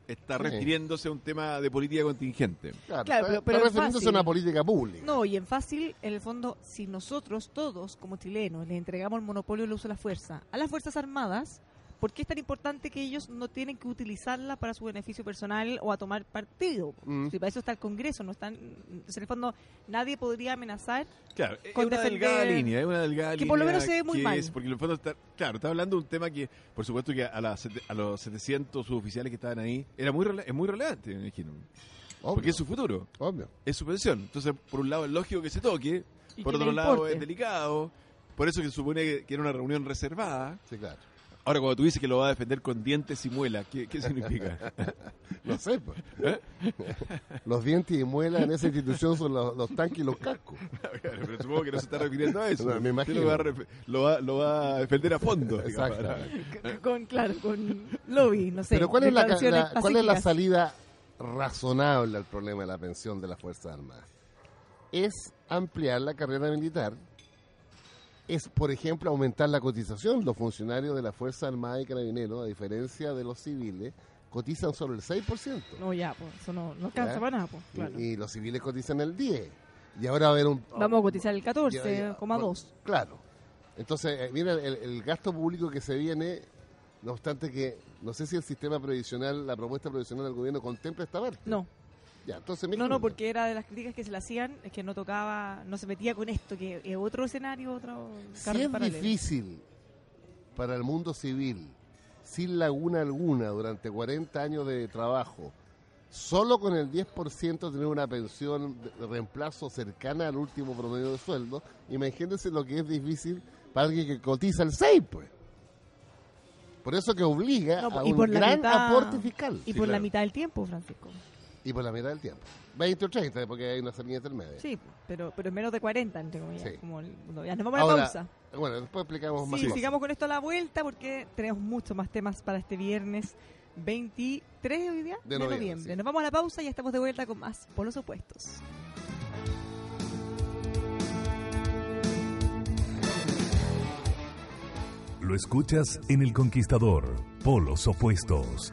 S3: está
S2: Sí.
S3: refiriéndose a un tema de política contingente.
S2: Claro,
S1: Claro,
S2: está,
S1: pero- pero
S2: está
S1: es
S2: refiriéndose a
S1: fácil.
S2: una política pública.
S1: No, y en fácil, en el fondo, si nosotros todos, como chilenos, les entregamos el monopolio del uso de la fuerza a las Fuerzas Armadas, ¿por qué es tan importante que ellos no tienen que utilizarla para su beneficio personal o a tomar partido?
S2: Mm.
S1: Si para eso está el Congreso, no están... entonces, en el fondo, nadie podría amenazar
S3: Claro, es
S1: Con
S3: una delgada
S1: defender-
S3: línea, es una delgada
S1: que por lo
S3: línea
S1: menos se ve muy
S3: que
S1: mal.
S3: es- porque en el fondo está, claro, está hablando de un tema que, por supuesto que a, las sete- a los 700 suboficiales que estaban ahí, era muy rele- es muy relevante, me imagino.
S2: Obvio,
S3: Porque es su futuro,
S2: obvio.
S3: es su pensión. Entonces, por un lado es lógico que se toque,
S1: Y
S3: por
S1: que
S3: otro
S1: le
S3: lado
S1: importe.
S3: es delicado, por eso que se supone que, que era una reunión reservada.
S2: Sí, claro.
S3: Ahora, cuando tú dices que lo va a defender con dientes y muelas, ¿qué, qué
S1: [LAUGHS]
S3: significa?
S2: Lo sé,
S3: [LAUGHS]
S2: pues. Los dientes y muelas en esa institución son los, los tanques y los cascos.
S3: Claro, pero supongo que no se está refiriendo a eso.
S2: No, me imagino.
S3: Lo va a, ref- lo va- lo va a defender a fondo. digamos.
S2: Exacto.
S1: [LAUGHS] con, claro, con lobby, no sé.
S2: Pero ¿cuál es la, ca-
S1: declaraciones
S2: la- cuál es la
S1: pacíficas.
S2: salida razonable al problema de la pensión de las Fuerzas Armadas? Es ampliar la carrera militar. Es, por ejemplo, aumentar la cotización. Los funcionarios de la Fuerza Armada y Carabineros, a diferencia de los civiles, cotizan solo el 6%.
S1: No, ya, pues, eso no, no alcanza
S2: Ya.
S1: para nada, pues, claro.
S2: Y, y los civiles cotizan el 10. Y ahora va a haber un...
S1: Vamos a cotizar el
S2: Ya, ya,
S1: 14,2.
S2: bueno, Claro. Entonces, eh, mira, el, el gasto público que se viene, no obstante que, no sé si el sistema previsional, la propuesta previsional del gobierno contempla esta parte.
S1: No,
S2: Ya, entonces, mira,
S1: no, no, porque era de las críticas que se le hacían, es que no tocaba, no se metía con esto, que es otro escenario, otro
S2: Si
S1: carril
S2: es
S1: paralelo.
S2: difícil para el mundo civil, sin laguna alguna, durante 40 años de trabajo, solo con el 10% tener una pensión de reemplazo cercana al último promedio de sueldo, imagínense lo que es difícil para alguien que cotiza el 6, pues. Por eso que obliga
S1: No,
S2: a
S1: y
S2: un
S1: por la
S2: gran
S1: mitad-
S2: aporte fiscal.
S1: Y
S2: Y,
S1: por la
S3: claro.
S1: mitad del tiempo, Francisco.
S2: por la mitad del tiempo. 20 o 30, porque hay una salida intermedia.
S1: Sí, pero, pero es menos de 40, entre comillas.
S2: Sí.
S1: Como el- no, ya nos vamos a la
S2: Ahora,
S1: pausa.
S2: bueno, después explicamos más
S1: Sí,
S2: cosas.
S1: sigamos con esto a la vuelta porque tenemos muchos más temas para este viernes 23 hoy día
S2: De noviembre, sí.
S1: Nos vamos a la pausa y ya estamos de vuelta con más por los opuestos.
S5: Lo escuchas en El Conquistador, polos opuestos.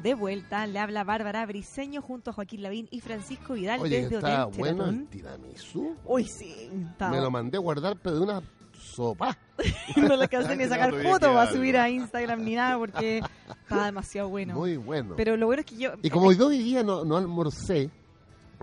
S1: De vuelta le habla Bárbara Briseño junto a Joaquín Lavín y Francisco Vidal
S2: Oye,
S1: desde
S2: está
S1: Hotel
S2: bueno
S1: Teratón.
S2: el tiramisú.
S1: Uy, sí, está.
S2: Me lo mandé a guardar, pero de una sopa.
S1: no le
S2: [LAUGHS]
S1: alcancé ni a
S3: No,
S1: sacar
S3: todavía
S1: foto
S3: queda
S1: para
S3: algo.
S1: subir a Instagram ni nada porque estaba demasiado bueno.
S2: Muy bueno.
S1: Pero lo bueno es que yo.
S2: y como yo hoy día no, no almorcé,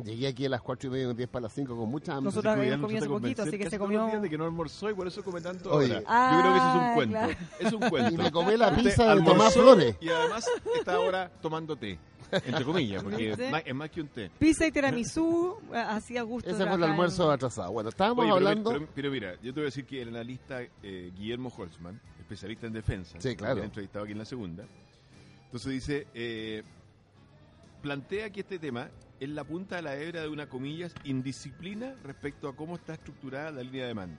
S2: llegué aquí a las 4 y media, 10 para las 5 con mucha hambre.
S1: Nosotros
S3: Francisco
S1: habíamos
S3: Vidal
S1: comido
S3: nos
S1: hace poquito,
S3: trata de convencer
S1: así que
S3: casi
S1: se
S3: todos los
S1: comió.
S3: días de que no almorzó y por eso come tanto
S2: Oye.
S3: ahora.
S1: Ah,
S3: Yo creo que eso es un cuento.
S1: claro.
S3: Es un
S2: Y me
S3: cuento.
S2: comí la
S3: Usted
S2: pizza de
S3: almorzó
S2: Tomás Flores.
S3: Y además está ahora tomando té. Entre comillas,
S1: [LAUGHS]
S3: porque
S1: ¿Viste?
S3: es más, es más que un té.
S1: Pizza y tiramisú, así a gusto.
S2: Ese fue el
S1: trabajar.
S2: almuerzo atrasado. Bueno, estábamos
S3: Oye, pero,
S2: hablando...
S3: pero- pero mira, yo te voy a decir que el analista eh, Guillermo Holzman, especialista en defensa,
S2: Sí, claro.
S3: que he entrevistado aquí en la segunda, entonces dice, eh, plantea que este tema es la punta de la hebra de una, comillas, indisciplina respecto a cómo está estructurada la línea de mando.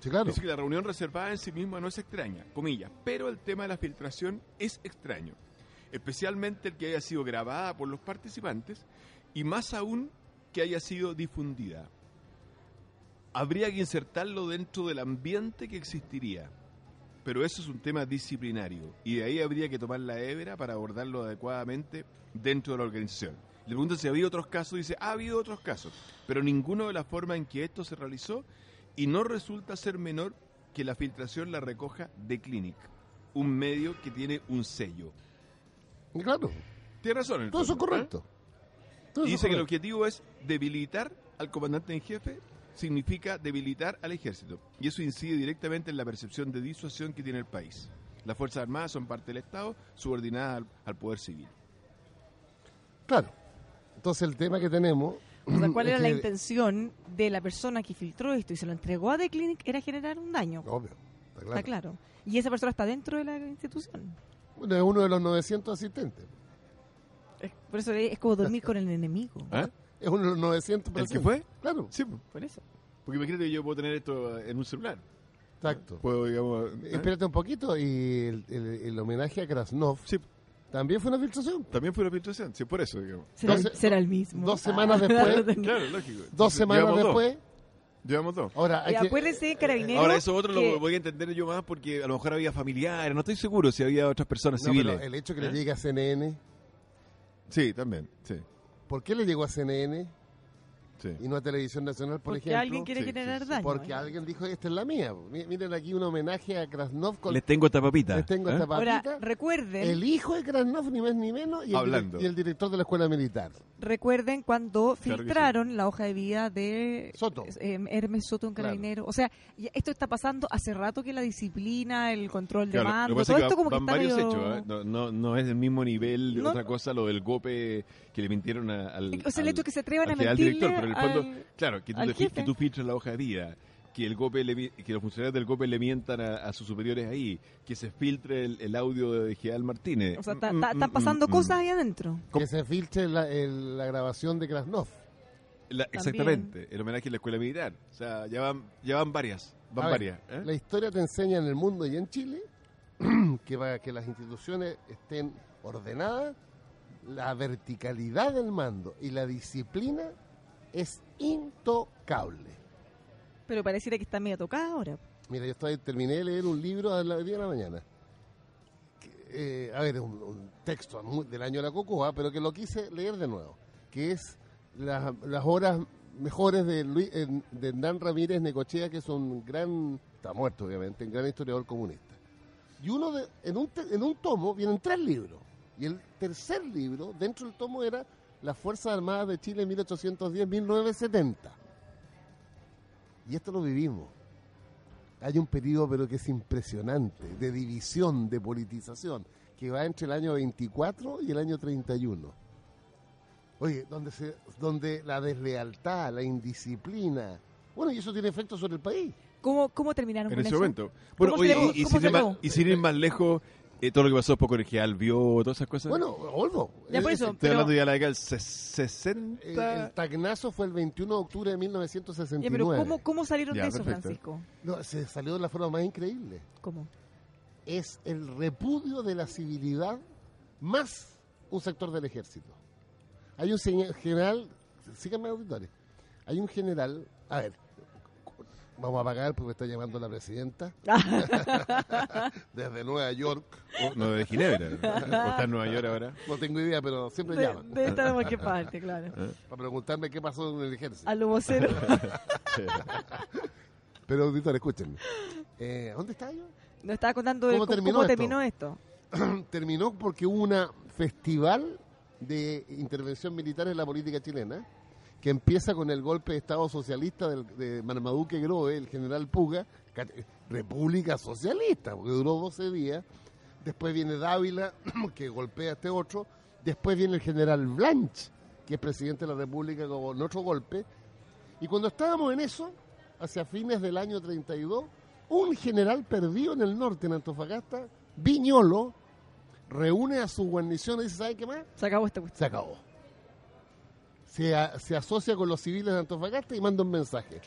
S2: sí, claro.
S3: Dice que la reunión reservada en sí misma no es extraña, comillas, pero el tema de la filtración es extraño, especialmente el que haya sido grabada por los participantes y más aún que haya sido difundida. Habría que insertarlo dentro del ambiente que existiría, pero eso es un tema disciplinario y de ahí habría que tomar la hebra para abordarlo adecuadamente dentro de la organización. Le pregunto si ha habido otros casos, dice, ha habido otros casos, pero ninguno de la forma en que esto se realizó y no resulta ser menor que la filtración la recoja The Clinic, un medio que tiene un sello.
S2: Y claro,
S3: Tiene razón. en el
S2: todo eso es
S3: fondo, ¿eh?
S2: correcto. Todo eso
S3: Y
S2: es
S3: dice que el
S2: correcto.
S3: objetivo es debilitar al comandante en jefe significa debilitar al ejército. Y eso incide directamente en la percepción de disuasión que tiene el país. Las Fuerzas Armadas son parte del Estado, subordinadas al, al poder civil.
S2: Claro. Entonces el tema que tenemos...
S1: O sea,
S2: [CLEARS THROAT]
S1: ¿Cuál
S2: es
S1: era la
S2: que-
S1: intención de la persona que filtró esto y se lo entregó a The Clinic? Era generar un daño.
S2: Obvio, está claro.
S1: Está claro. Y esa persona está dentro de la institución.
S2: Bueno, es uno de los 900 asistentes.
S1: Es- Por eso es como
S2: [LAUGHS]
S1: dormir con el enemigo.
S3: ¿Ah?
S2: Es uno de los 900
S3: ¿El que
S2: presentes.
S3: fue?
S2: Claro,
S3: Sí, po.
S1: Por eso.
S3: porque imagínate que yo puedo tener esto eh, en un celular.
S2: exacto.
S3: Puedo, digamos... ¿eh?
S2: Espérate un poquito. Y el, el- el homenaje a Krasnov
S3: Sí,
S2: también fue una filtración.
S3: también fue una filtración. Sí, por eso, digamos.
S1: Será,
S2: Doce-
S1: será el mismo. [LAUGHS]
S2: dos semanas después-
S3: Claro, lógico.
S2: Dos semanas
S3: Llevamos dos,
S2: después,
S3: Llevamos dos.
S2: ahora hay
S1: Y
S2: que-
S1: acuérdense, carabineros.
S3: eh, Ahora eso otro
S1: que-
S3: lo voy a entender yo más porque a lo mejor había familiares, no estoy seguro si había otras personas
S2: No, pero
S3: civiles.
S2: el hecho que le llegue a CNN,
S3: ¿Eh? Sí, también, sí,
S2: ¿por qué le llegó a CNN
S3: sí.
S2: y no a Televisión Nacional, por
S1: porque
S2: ejemplo?
S1: alguien quiere
S3: sí, sí,
S1: generar
S3: sí,
S1: daño.
S2: Porque
S1: ¿eh?
S2: alguien dijo, esta es la mía. Mi- Miren aquí un homenaje a Krasnov con
S3: Les tengo esta papita. ¿eh?
S2: les tengo esta
S1: Ahora,
S2: papita.
S1: recuerden,
S2: el hijo de Krasnov, ni más ni menos, y el,
S3: Hablando.
S2: dire- y el director de la escuela militar.
S1: recuerden cuando
S3: que sí.
S1: filtraron la hoja de vida de
S2: Soto.
S1: eh, Hermes Soto en
S2: Claro.
S1: Carabinero. O sea, ya esto está pasando hace rato que la disciplina, el control de
S3: Claro, lo-
S1: mando,
S3: lo que pasa
S1: todo
S3: es que
S1: esto como que
S3: van
S1: está
S3: varios
S1: medio-
S3: hechos, ¿eh? no, no, no es del mismo nivel de
S1: No. Eh,
S3: otra cosa lo del golpe que le mintieron a- al
S1: O sea, el
S3: al-
S1: hecho que se atrevan
S3: al
S1: a
S3: general
S1: mentirle
S3: director, pero en el fondo,
S1: al-
S3: claro, que tú,
S1: al
S3: te fi-
S1: jefe.
S3: que tú filtras la hoja de vida, que el golpe le mi- que los funcionarios del golpe le mientan a, a sus superiores ahí, que se filtre el, el audio de Gial Martínez.
S1: O sea,
S3: Mm,
S1: ta-
S3: mm,
S1: ta-
S3: mm,
S1: están
S3: mm,
S1: pasando
S3: mm.
S1: cosas ahí adentro.
S2: Que se filtre la, el- la grabación de Krasnov.
S3: La- exactamente, el homenaje a la escuela militar. O sea, ya van, ya van varias, van
S2: A ver,
S3: varias. ¿eh?
S2: La historia te enseña en el mundo y en Chile [CLEARS THROAT] que para que las instituciones estén ordenadas, la verticalidad del mando y la disciplina es intocable.
S1: Pero pareciera que está medio tocada ahora.
S2: Mira, yo estoy, terminé de leer un libro a la hoy día de la mañana. Que, eh, a ver, es un, un texto muy- del año de la Cocoa, pero que lo quise leer de nuevo, que es la- las horas mejores de, Luis, eh, de Hernán Ramírez Necochea, que es un gran, está muerto obviamente, un gran historiador comunista. Y uno de, en, un, te- en un tomo vienen tres libros, y el tercer libro dentro del tomo era Las Fuerzas Armadas de Chile 1810-1970. Y esto lo vivimos. Hay un periodo, pero que es impresionante, de división, de politización, que va entre el año 24 y el año 31. Oye, donde, se, donde la deslealtad, la indisciplina. Bueno, y eso tiene efecto sobre el país.
S1: ¿Cómo, cómo terminaron
S3: en
S1: con
S3: ese
S1: eso?
S3: momento. Bueno,
S1: se
S3: oye,
S1: acabó?
S3: y, y
S1: ¿Cómo
S3: sin
S1: se
S3: ir más,
S1: acabó?
S3: y sin ir más lejos, eh, todo lo que pasó por el Gial vio, todas esas cosas.
S2: Bueno, Olvo.
S1: Ya por
S2: eh,
S1: eso,
S3: Estoy
S1: pero- Eh,
S3: hablando ya de la década del se-
S2: El,
S3: 60.
S2: el tagnazo fue el 21 de octubre de
S1: Ya,
S2: 1969.
S1: pero ¿cómo, ¿cómo salieron
S3: Ya,
S1: de eso,
S3: perfecto.
S1: Francisco?
S2: No, se salió de la forma más increíble.
S1: ¿Cómo?
S2: Es el repudio de la civilidad más un sector del ejército. Hay un señor- general, síganme auditores, hay un general, a ver, vamos a pagar porque me está llamando la presidenta desde Nueva York,
S3: o- no, de Ginebra.
S1: [LAUGHS]
S3: ¿no? o está en Nueva York ahora.
S2: no tengo idea, pero siempre
S1: De,
S2: llaman
S1: de estar en cualquier parte, claro.
S2: para preguntarme qué pasó en el ejército.
S1: A lo
S2: [LAUGHS]
S1: vocero.
S2: Pero auditores, escúchenme. Eh, ¿Dónde está yo?
S1: Nos estaba contando de
S2: ¿Cómo
S1: cómo, cómo
S2: terminó
S1: terminó,
S2: esto?
S1: esto.
S2: terminó porque hubo un festival de intervención militar en la política chilena que empieza con el golpe de Estado socialista del- de Marmaduke Grove, el general Puga, ca- República Socialista, porque duró 12 días. Después viene Dávila, [CLEARS THROAT] que golpea a este otro. Después viene el general Blanch, que es presidente de la República con otro golpe. Y cuando estábamos en eso, hacia fines del año 32, un general perdido en el norte, en Antofagasta, Viñolo, reúne a su guarnición y dice, ¿sabe qué más?
S1: Se acabó esta cuestión.
S2: Se acabó. Se, a- se asocia con los civiles de Antofagasta y manda un mensaje.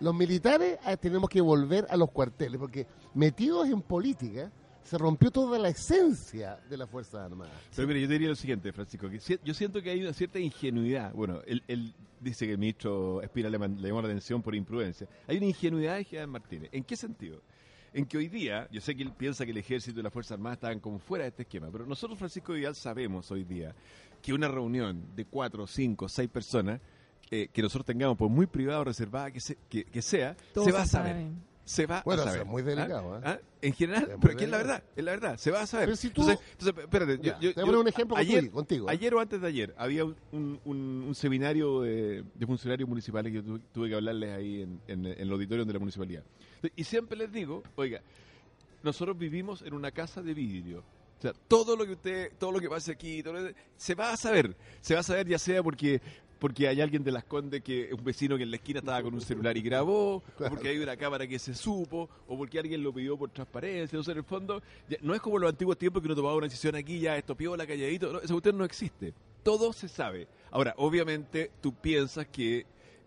S2: Los militares ah, tenemos que volver a los cuarteles, porque metidos en política, se rompió toda la esencia de las Fuerzas Armadas.
S3: Pero mire, yo te diría lo siguiente, Francisco. Que si- yo siento que hay una cierta ingenuidad. Bueno, él, él dice que el ministro Espira le, man- le llamó la atención por imprudencia. Hay una ingenuidad de Gial Martínez. ¿En qué sentido? En que hoy día, yo sé que él piensa que el ejército y las Fuerzas Armadas estaban como fuera de este esquema, pero nosotros, Francisco Vidal, sabemos hoy día que una reunión de cuatro, cinco, seis personas eh, que nosotros tengamos, por muy privada o reservada que, se- que- que sea,
S1: Todo
S3: se va
S1: se
S3: a saber.
S1: sabe.
S3: se va
S2: Bueno,
S3: a
S2: eso
S3: saber. ¿ah?
S2: es muy delicado, ¿eh?
S3: En general,
S2: Es muy
S3: pero aquí es la
S2: delicado.
S3: verdad, es la verdad, se va a saber.
S2: Pero si tú-
S3: Entonces, entonces, espérate, yo-
S2: Ya, te voy a
S3: yo- yo-
S2: poner un ejemplo con tu-
S3: ayer,
S2: contigo. ¿eh?
S3: Ayer o antes de ayer había un, un- un- un seminario de, de funcionarios municipales que yo tuve, tuve que hablarles ahí en, en- en el auditorio de la municipalidad. Y siempre les digo, oiga, nosotros vivimos en una casa de vidrio. O sea, todo lo que usted, todo lo que pase aquí, todo lo- se va a saber. Se va a saber ya sea porque porque hay alguien de las Condes que un vecino que en la esquina estaba con un celular y grabó, o porque hay una cámara que se supo, o porque alguien lo pidió por transparencia, o sea, en el fondo, ya- no es como los antiguos tiempos que uno tomaba una decisión aquí, ya esto piola, calladito, no, esa cuestión no existe. Todo se sabe. Ahora, obviamente, tú piensas que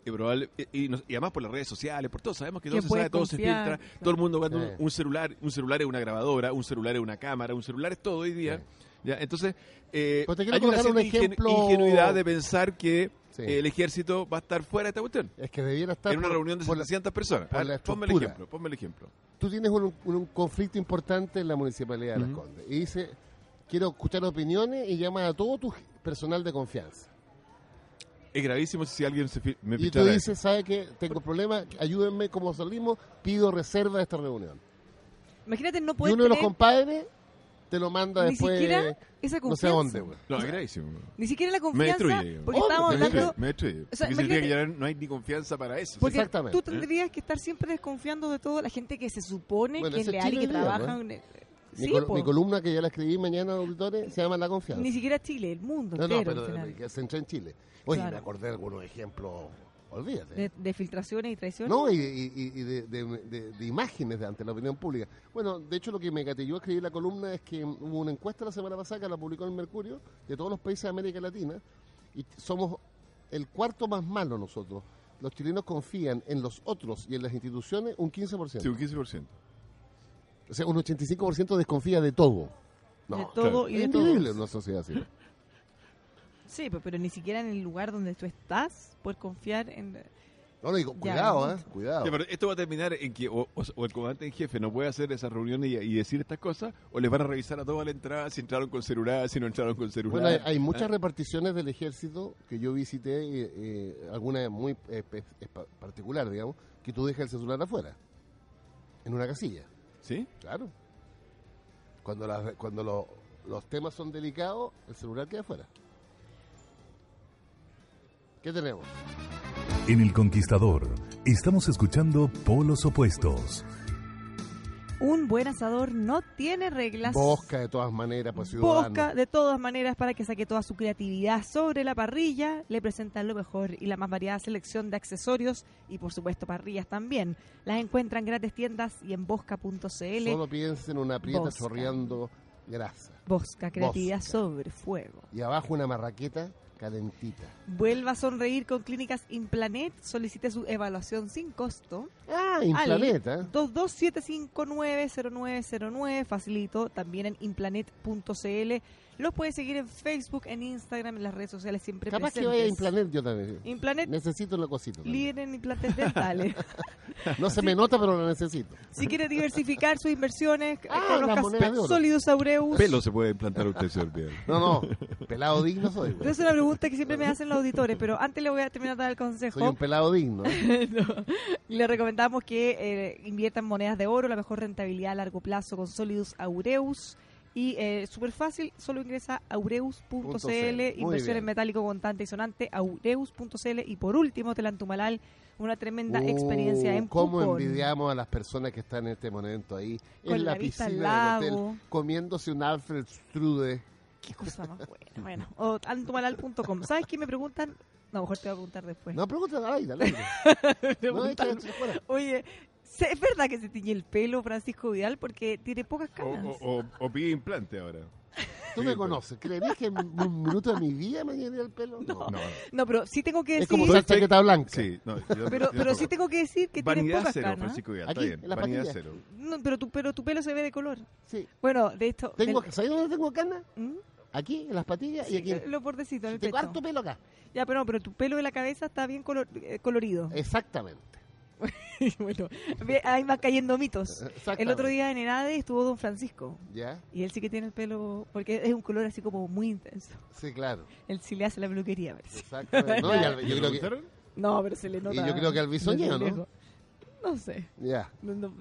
S3: eh, probable- y, y nos- y además por las redes sociales, por todo, sabemos que todo
S1: Que
S3: se
S1: puedes
S3: sabe, todo
S1: confiar,
S3: se filtra,
S1: claro.
S3: todo el mundo guarda un-
S2: Sí.
S3: un, celular, un celular es una grabadora, un celular es una cámara, un celular es todo hoy día.
S2: Sí.
S3: Ya, entonces, eh,
S2: Pues te quiero
S3: hay una
S2: colocar un
S3: cierta ingen-
S2: ejemplo-
S3: ingenuidad de pensar que eh,
S2: Sí.
S3: el ejército va a estar fuera de esta cuestión.
S2: Es que debiera estar
S3: En una
S2: por-
S3: reunión de
S2: por la-
S3: 700 personas.
S2: por
S3: A
S2: la
S3: ver, ponme el
S2: estructura.
S3: ejemplo, ponme el ejemplo.
S2: tú tienes un, un- un conflicto importante en la municipalidad de Las
S3: Ujú.
S2: Condes y dice quiero escuchar opiniones y llama a todo tu g- personal de confianza
S3: Es gravísimo si alguien se fi- me
S2: y tú
S3: pichara eso.
S2: dices sabe que tengo problemas ayúdenme como salimos pido reserva de esta reunión
S1: Imagínate no
S2: y
S1: poder
S2: uno de los
S1: tener
S2: compadres te lo manda
S1: ni
S2: después
S1: siquiera esa
S2: no sé a
S1: confianza.
S2: dónde güey.
S3: No, es gravísimo.
S1: Ni siquiera la
S3: Me
S1: confianza,
S3: destruye. digamos.
S1: porque
S2: Oh,
S1: estábamos
S3: me destruye,
S1: hablando...
S3: Me destruye.
S1: O sea,
S3: Porque significa que
S1: imagínate-
S3: ya no hay ni confianza para eso.
S1: Porque
S2: Exactamente.
S1: tú tendrías que estar siempre desconfiando de toda la gente que se supone
S2: Bueno,
S1: que es
S2: ese es
S1: leal y
S2: Chile
S1: que
S2: hoy día,
S1: trabaja...
S2: ¿no?
S1: en el-
S2: mi,
S1: Sí,
S2: col-
S1: po.
S2: mi columna que ya la escribí mañana auditores se llama la confianza
S1: Ni siquiera Chile, el mundo
S2: no no
S1: entero.
S2: pero
S1: al final.
S2: que se entra en Chile oye
S1: Claro.
S2: me acordé de algunos ejemplos olvídate
S1: de, de filtraciones y traiciones.
S2: No, y, y- y- y de, de- de- de imágenes de ante la opinión pública. Bueno, de hecho lo que me gatilló a escribir la columna es que hubo una encuesta la semana pasada que la publicó el Mercurio de todos los países de América Latina y t- somos el cuarto más malo nosotros. Los chilenos confían en los otros y en las instituciones un 15%.
S3: Sí, un 15%.
S2: O sea, un 85% desconfía de todo. No,
S1: de todo y
S2: es
S1: de
S2: increíble
S1: todo.
S2: una sociedad así.
S1: Sí, pues, pero, pero ni siquiera en el lugar donde tú estás puedes confiar en...
S2: No, no, digo,
S1: Ya,
S2: cuidado, ¿eh?
S1: mucho.
S2: Cuidado.
S3: Ya, pero esto va a terminar en que o, o- o el comandante en jefe no puede hacer esas reuniones y, y decir estas cosas, o les van a revisar a toda la entrada si entraron con celular, si no entraron con celular.
S2: Bueno, Pues hay, hay muchas reparticiones del ejército que yo visité, eh, eh, alguna muy eh, pe- espa- particular, digamos, que tú dejas el celular afuera, en una casilla,
S3: ¿Ah? ¿Sí?
S2: claro. Cuando, las- cuando lo- los temas son delicados, el celular queda afuera. ¿Qué tenemos?
S5: En El Conquistador estamos escuchando Polos Opuestos.
S1: Un buen asador no tiene reglas.
S2: Bosca, de todas maneras, pues, para ciudadanos.
S1: Busca de todas maneras para que saque toda su creatividad sobre la parrilla, le presentan lo mejor y la más variada selección de accesorios y por supuesto parrillas también. Las encuentran en grandes tiendas y en bosca.cl.
S2: Solo piensen en una prieta
S1: Bosca.
S2: chorreando grasa.
S1: Bosca, creatividad
S2: Bosca.
S1: sobre fuego.
S2: Y abajo una marraqueta calentita.
S1: Vuelva a sonreír con Clínicas Implanet. Solicite su evaluación sin costo.
S2: Ah,
S1: Al
S2: Implanet, ¿eh?
S1: 227590909, facilito, también en implanet.cl. Los puedes seguir en Facebook, en Instagram, en las redes sociales siempre
S2: Capaz que
S1: presentes.
S2: vaya a Implanet yo también.
S1: Implanet,
S2: Necesito una cosita. también.
S1: líder en
S2: [LAUGHS]
S1: implantes dentales.
S2: No se me nota, pero lo necesito.
S1: si quiere diversificar sus inversiones, eh,
S2: Ah, las
S1: conozca
S2: monedas de oro.
S1: Sólidos Aureus.
S3: Pelo se puede implantar usted, señor Vidal.
S2: No, no. Pelado digno soy. güey.
S1: Esa Es una pregunta que siempre me hacen los auditores, pero antes le voy a terminar de dar el consejo.
S2: Soy un pelado digno.
S1: [LAUGHS]
S2: ¿eh?
S1: No. Y Le recomendamos que eh, inviertan monedas de oro, la mejor rentabilidad a largo plazo con Solidus Aureus. Y eh, súper fácil, solo ingresa a
S2: Punto
S1: aureus.cl,
S2: CL, muy
S1: inversión en
S2: bien.
S1: metálico contante y sonante, aureus.cl. Y por último, Telantumalal, una tremenda experiencia en
S2: Uh, ¿Cómo
S1: Pucón.
S2: envidiamos a las personas que están en este momento ahí?
S1: Con
S2: en
S1: la
S2: la,
S1: vista al
S2: piscina del
S1: lago.
S2: hotel, comiéndose un Alfred Strude.
S1: Qué cosa más buena. Bueno, o telantumalal.com. ¿Sabes qué me preguntan? No, mejor te voy a preguntar después. [LAUGHS]
S2: No, pregunta al aire, al aire.
S1: Me
S2: No,
S1: preguntan,
S2: échale fuera.
S1: Oye, ¿se- ¿es verdad que se tiñe el pelo Francisco Vidal? Porque tiene pocas
S3: O,
S1: canas.
S3: o- o- o pide implante ahora.
S2: Tú
S3: Sí, pues.
S2: me
S3: pero-
S2: conoces. ¿Crees que en un minuto de mi vida me llené el pelo? No.
S3: No, no.
S1: No, pero sí tengo que
S2: Es
S1: decir...
S2: como usar
S3: Soy-
S2: chaqueta blanca.
S3: Sí, no, yo- yo
S1: Pero, pero
S3: tampoco.
S1: sí tengo que decir que tienes
S3: Vanidad
S1: pocas
S3: cero,
S1: canas.
S3: Francisco Vidal. Está
S2: Aquí,
S3: bien.
S2: en la
S3: Vanidad
S2: patilla.
S3: cero.
S1: No, pero, tu, pero tu pelo se ve de color.
S2: Sí.
S1: Bueno, de esto...
S2: Tengo,
S1: del-
S2: ¿Sabes dónde tengo canas?
S1: ¿Mm?
S2: Aquí, en las patillas
S1: Sí,
S2: y aquí.
S1: Los bordecitos, en el
S2: Tengo
S1: pecho.
S2: harto pelo acá.
S1: Ya, pero no, pero tu pelo de la cabeza está bien color- eh, colorido.
S2: Exactamente.
S1: [LAUGHS] bueno, ve- ahí van cayendo mitos.
S2: Exactamente.
S1: El otro día en Herade estuvo Don Francisco.
S2: ¿Ya?
S1: Y él sí que tiene el pelo... Porque es un color así como muy intenso.
S2: Sí, claro.
S1: Él sí le hace la peluquería, parece.
S2: Exactamente. No, y al-
S3: ¿Te
S2: yo creo que
S3: preguntaron?
S1: No, pero se le nota.
S2: yo creo que al
S1: desde
S2: bisoñeo, ¿no?
S1: lejos. No sé.
S2: Ya.
S1: No- no-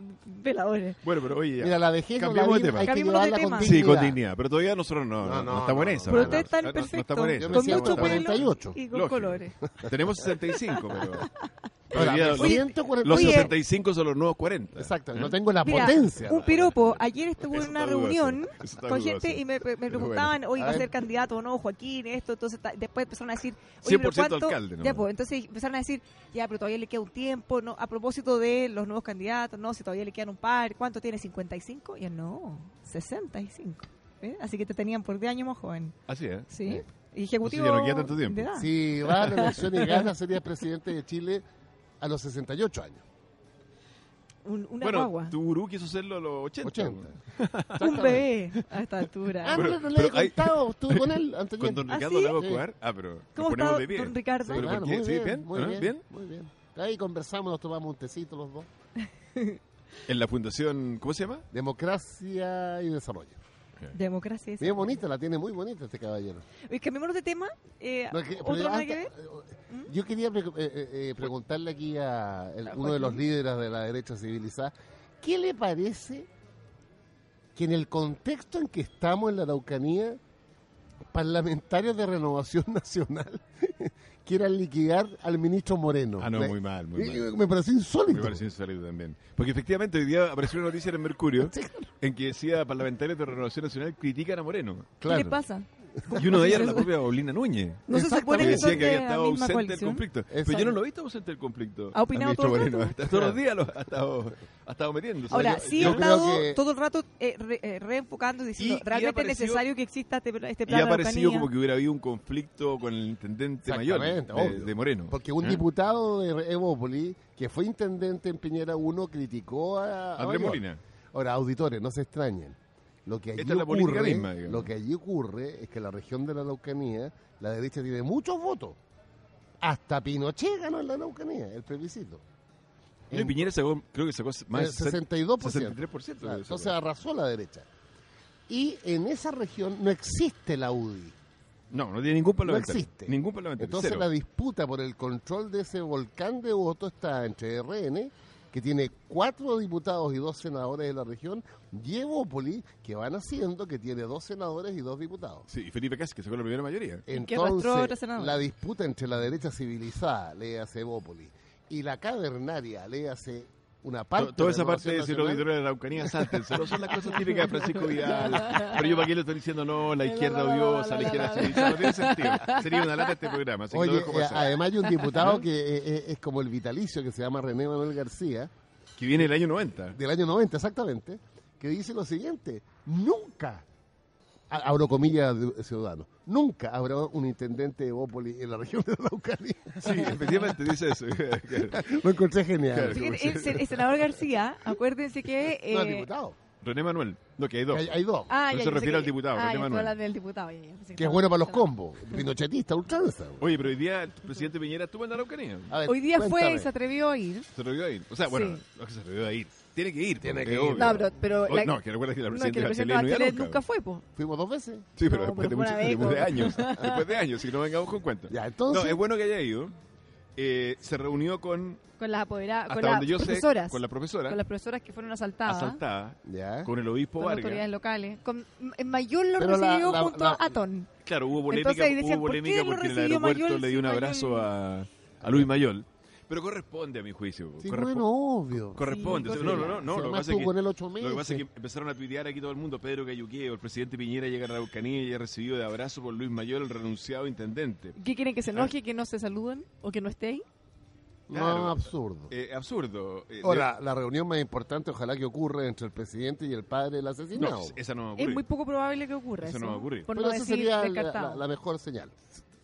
S1: veladores.
S3: Bueno, pero oye, ya.
S2: Mira, la dejé con la
S3: Cambiemos de
S2: vida,
S3: tema.
S2: hay que
S1: Cambiemos de
S2: llevarla con
S1: tema.
S2: dignidad.
S3: Sí, con dignidad, pero todavía nosotros no, no,
S2: No,
S3: no
S2: no,
S3: estamos en
S2: no,
S3: eso.
S2: no,
S1: Pero
S2: no,
S3: ¿verdad?
S1: ustedes
S3: No,
S1: están
S3: no estamos
S1: perfectos.
S3: en
S2: Yo
S3: eso.
S2: me
S1: con
S2: siento
S1: mucho
S2: hasta
S1: pelo
S2: 48.
S1: y con
S3: Lógico.
S1: colores.
S3: Tenemos 65,
S1: [LAUGHS]
S3: pero
S2: Ahora,
S3: Pero
S2: me
S3: los-
S2: siento con el-
S3: los
S1: Oye.
S3: 65 son los nuevos 40.
S2: Exacto, no tengo la
S1: Mira,
S2: potencia.
S1: un piropo. Ayer estuve
S3: Eso
S1: en una
S3: está dudoso.
S1: reunión
S3: Eso está
S1: con
S3: dudoso.
S1: gente y me, me- me
S3: Pero
S1: preguntaban, oye,
S2: A
S1: ¿va a
S2: ver.
S1: ser candidato o no, Joaquín, esto? Entonces, ta- después empezaron a decir, oye, pero
S3: 100%
S1: ¿cuánto?
S3: alcalde, ¿no?
S1: Ya, pues, entonces empezaron a decir, ya, pero todavía le queda un tiempo, ¿no? A propósito de los nuevos candidatos, ¿no? Si todavía le quedan un par, ¿cuánto tiene? ¿55? Y yo, no, 65. ¿eh? Así que te tenían por 10 años más joven,
S3: Así es.
S1: ¿sí?
S2: Eh.
S1: Y ejecutivo
S3: ya no queda tanto tiempo.
S1: de edad.
S2: Si va a la elección y gana, sería presidente de Chile a los 68 años.
S1: Un- una
S3: Bueno,
S1: guagua.
S3: tu gurú quiso hacerlo a los 80.
S2: 80.
S1: Un
S2: Exactamente.
S1: bebé a esta
S2: Ah,
S1: altura.
S3: Pero-
S2: no, no le he
S3: pero hay-
S2: contado, estuve con él antes
S3: Con don
S1: ¿Ah,
S3: Ricardo
S1: sí?
S3: Lago
S2: Sí.
S3: Cuar. Ah, pero nos
S1: ¿Cómo
S3: ponemos
S1: está
S3: de pie.
S1: don Ricardo?
S3: Sí, pero ¿por qué? Sí, bien,
S2: muy
S3: ¿ah?
S2: bien,
S3: ¿Bien?
S2: muy bien. Ahí conversamos, nos tomamos un tecito los dos.
S3: En la fundación, ¿cómo se llama?
S2: Democracia y desarrollo.
S1: Democracia.
S2: Bien bonita, la tiene muy bonita este caballero.
S1: Y cambiémonos de tema. Eh,
S2: No, es que-
S1: ¿Otro
S2: pero
S1: nada
S2: antes-
S1: que ver?
S2: ¿Mm? Yo quería pre- eh, eh, eh, preguntarle aquí a el-
S1: A
S2: uno de los
S1: Joaquín.
S2: líderes de la derecha civilizada, ¿qué le parece que en el contexto en que estamos en la Araucanía, parlamentarios de Renovación [LAUGHS] Nacional quieran liquidar al ministro Moreno?
S3: Ah, no,
S2: me,
S3: muy mal, muy
S2: eh,
S3: mal.
S2: me pareció
S3: Me
S2: insólito.
S3: parece insólito también. Porque efectivamente hoy día apareció una noticia en el
S1: [LAUGHS]
S3: Mercurio en que decía parlamentarios de Renovación Nacional critican a Moreno.
S1: ¿Qué
S2: Claro.
S1: le pasa?
S3: Y uno de ellos era la propia Paulina Núñez.
S1: No se supone
S3: Que
S1: que
S3: decía
S1: son
S3: que
S1: de
S3: había
S1: la
S3: estado
S1: misma
S3: ausente del
S1: coalición.
S3: conflicto. Pero
S2: Exacto.
S3: yo no lo he visto ausente del conflicto.
S1: Ha opinado
S3: al ministro
S1: todo el
S3: Moreno.
S1: rato.
S3: Hasta todos los días lo ha estado, ha estado metiéndose.
S1: Ahora,
S3: Yo-
S1: sí
S3: yo-
S1: ha
S2: creo
S1: estado
S2: que-
S1: todo el rato eh, re- eh, reenfocando y diciendo,
S3: Y- y
S1: realmente es
S3: apareció-
S1: necesario que exista este, pla- este
S3: y ha
S1: plan de
S3: parecido
S1: Araucanía.
S3: como que hubiera habido un conflicto con el intendente mayor
S2: Exactamente,
S3: de,
S2: obvio.
S3: de Moreno.
S2: Porque un
S3: ¿Eh?
S2: diputado de Evópoli, que fue intendente en Piñera 1, criticó a... a
S3: Andrés
S2: Mayor.
S3: Molina.
S2: Ahora, auditores, no se extrañen. Lo que, allí
S3: Esta es la política
S2: ocurre,
S3: misma, digamos.
S2: lo que allí ocurre es que en la región de la Araucanía, la derecha tiene muchos votos. Hasta Pinochet ganó en la Araucanía, el plebiscito.
S3: No, y Piñera sacó, creo que sacó
S2: El
S3: más de
S2: 62%.
S3: 63%.
S2: Claro,
S3: creo que sacó.
S2: entonces arrasó la derecha. Y en esa región no existe la UDI.
S3: no, no tiene ningún parlamentario.
S2: existe.
S3: Ningún parlamentario.
S2: Entonces
S3: cero.
S2: la disputa por el control de ese volcán de votos está entre RN, que tiene cuatro diputados y dos senadores de la región, y Evópoli, que van haciendo, que tiene dos senadores y dos diputados.
S3: Sí, y Felipe Cas, que sacó la primera mayoría.
S1: Y que arrastró a otra
S2: Entonces,
S1: senadora.
S2: la disputa entre la derecha civilizada, le hace Evópoli, y la cavernaria, le hace una parte...
S3: To- Toda
S2: de
S3: esa parte de
S2: Renovación
S3: decir
S2: Nacional,
S3: auditores de la Araucanía, sáltense. No son las cosas típicas de Francisco Vidal. Pero yo para qué le estoy diciendo, no, la izquierda odiosa, la izquierda civilizada. No tiene sentido. Sería una lata este programa. Así que no
S2: Oye,
S3: es como
S2: eh,
S3: esa.
S2: además hay un diputado que eh, eh, es como el vitalicio, que se llama René Manuel García,
S3: Que viene el año 90.
S2: del año 90 exactamente, que dice lo siguiente, nunca, a- abro comillas de ciudadano, nunca habrá un intendente de Bópoli en la región de la Araucanía.
S3: Sí, [LAUGHS] efectivamente dice eso.
S2: [LAUGHS]
S3: [LAUGHS]
S2: Lo encontré genial.
S3: Claro.
S1: Fíjate, el, sen- el senador García, acuérdense que...
S2: No, el
S1: eh,
S2: diputado.
S3: René Manuel. No, que hay dos.
S2: Hay, hay dos.
S3: Pero
S6: ya,
S3: se
S6: yo
S3: refiere
S6: sé
S3: al diputado,
S6: Ah,
S3: René
S6: ya, tú
S3: Manuel.
S6: hablas del diputado. ya, ya, pensé
S2: Que es
S6: estaba-
S2: bueno para los combos. Pinochetista, ultranza. güey.
S3: Oye, pero hoy día el presidente Piñera estuvo en la Araucanía.
S2: A ver,
S6: Hoy día fue
S2: cuéntame.
S6: y se atrevió a ir.
S3: Se revió a ir. O sea, bueno,
S6: Sí.
S3: no es que se atrevió a ir. Tiene que ir.
S2: Tiene
S3: porque
S2: que
S3: es
S2: ir.
S3: obvio.
S6: No, pero, pero
S3: Oye,
S6: la-
S3: no, que recuerda que la
S6: no, es que
S3: presidenta
S6: el
S3: de
S6: presidente
S3: Bachelet no iba
S6: Bachelet
S3: nunca.
S6: nunca fue, po.
S2: Fuimos dos veces.
S3: Sí, pero
S6: No, pero
S3: después,
S6: fue
S3: de, muchos,
S6: una vez,
S3: después de
S6: como-
S3: años. [LAUGHS] después de años, si no vengamos con cuentos.
S2: Ya,
S3: No,
S2: entonces...
S3: es bueno que haya ido. Eh, se reunió con,
S6: Con las apoderadas,
S3: hasta
S6: Ah, con
S3: donde yo
S6: las
S3: sé,
S6: profesoras.
S3: con la profesora,
S6: con las profesoras que fueron asaltadas.
S3: asaltada,
S2: Ya.
S3: con el obispo
S6: Con autoridades
S3: Vargas.
S6: locales. Con, en Mayor lo
S2: Pero la-
S6: recibió
S2: la-
S6: junto
S2: la-
S6: a Aton.
S3: Claro, hubo polémica,
S6: Entonces ahí decían,
S3: hubo
S6: ¿por qué
S3: polémica
S6: lo
S3: porque en el
S6: recibió
S3: aeropuerto
S6: Mayol
S3: le
S6: si
S3: dio un
S6: Mayol-
S3: abrazo a, a Luis Mayol. Pero corresponde a mi juicio.
S2: Sí,
S3: correspo-
S2: bueno, obvio.
S3: corresponde.
S6: Sí,
S3: no,
S2: Se
S3: no, no. no, lo, que
S2: mantuvo
S3: pasa es que,
S2: con él ocho meses.
S3: lo que pasa es que empezaron a tuitear aquí todo el mundo. Pedro Cayuqueo, el presidente Piñera llega a la Araucanía y ha recibido de abrazo por Luis Mayol, el renunciado intendente.
S6: ¿Qué quieren que se
S2: Ah.
S6: enoje, que no se saluden o que no esté ahí?
S3: claro.
S2: No, absurdo.
S3: Eh, absurdo. Eh,
S2: Ahora, la reunión más importante ojalá que ocurra entre el presidente y el padre del
S3: de-
S2: asesinado.
S3: no, esa no va a
S6: Es
S3: ocurrir.
S6: muy poco probable que ocurra
S3: Eso
S6: eso.
S3: no va a ocurrir.
S6: Por
S2: Pero
S6: no
S2: esa
S6: decir
S2: sería la-
S6: descartado.
S2: la- la mejor señal.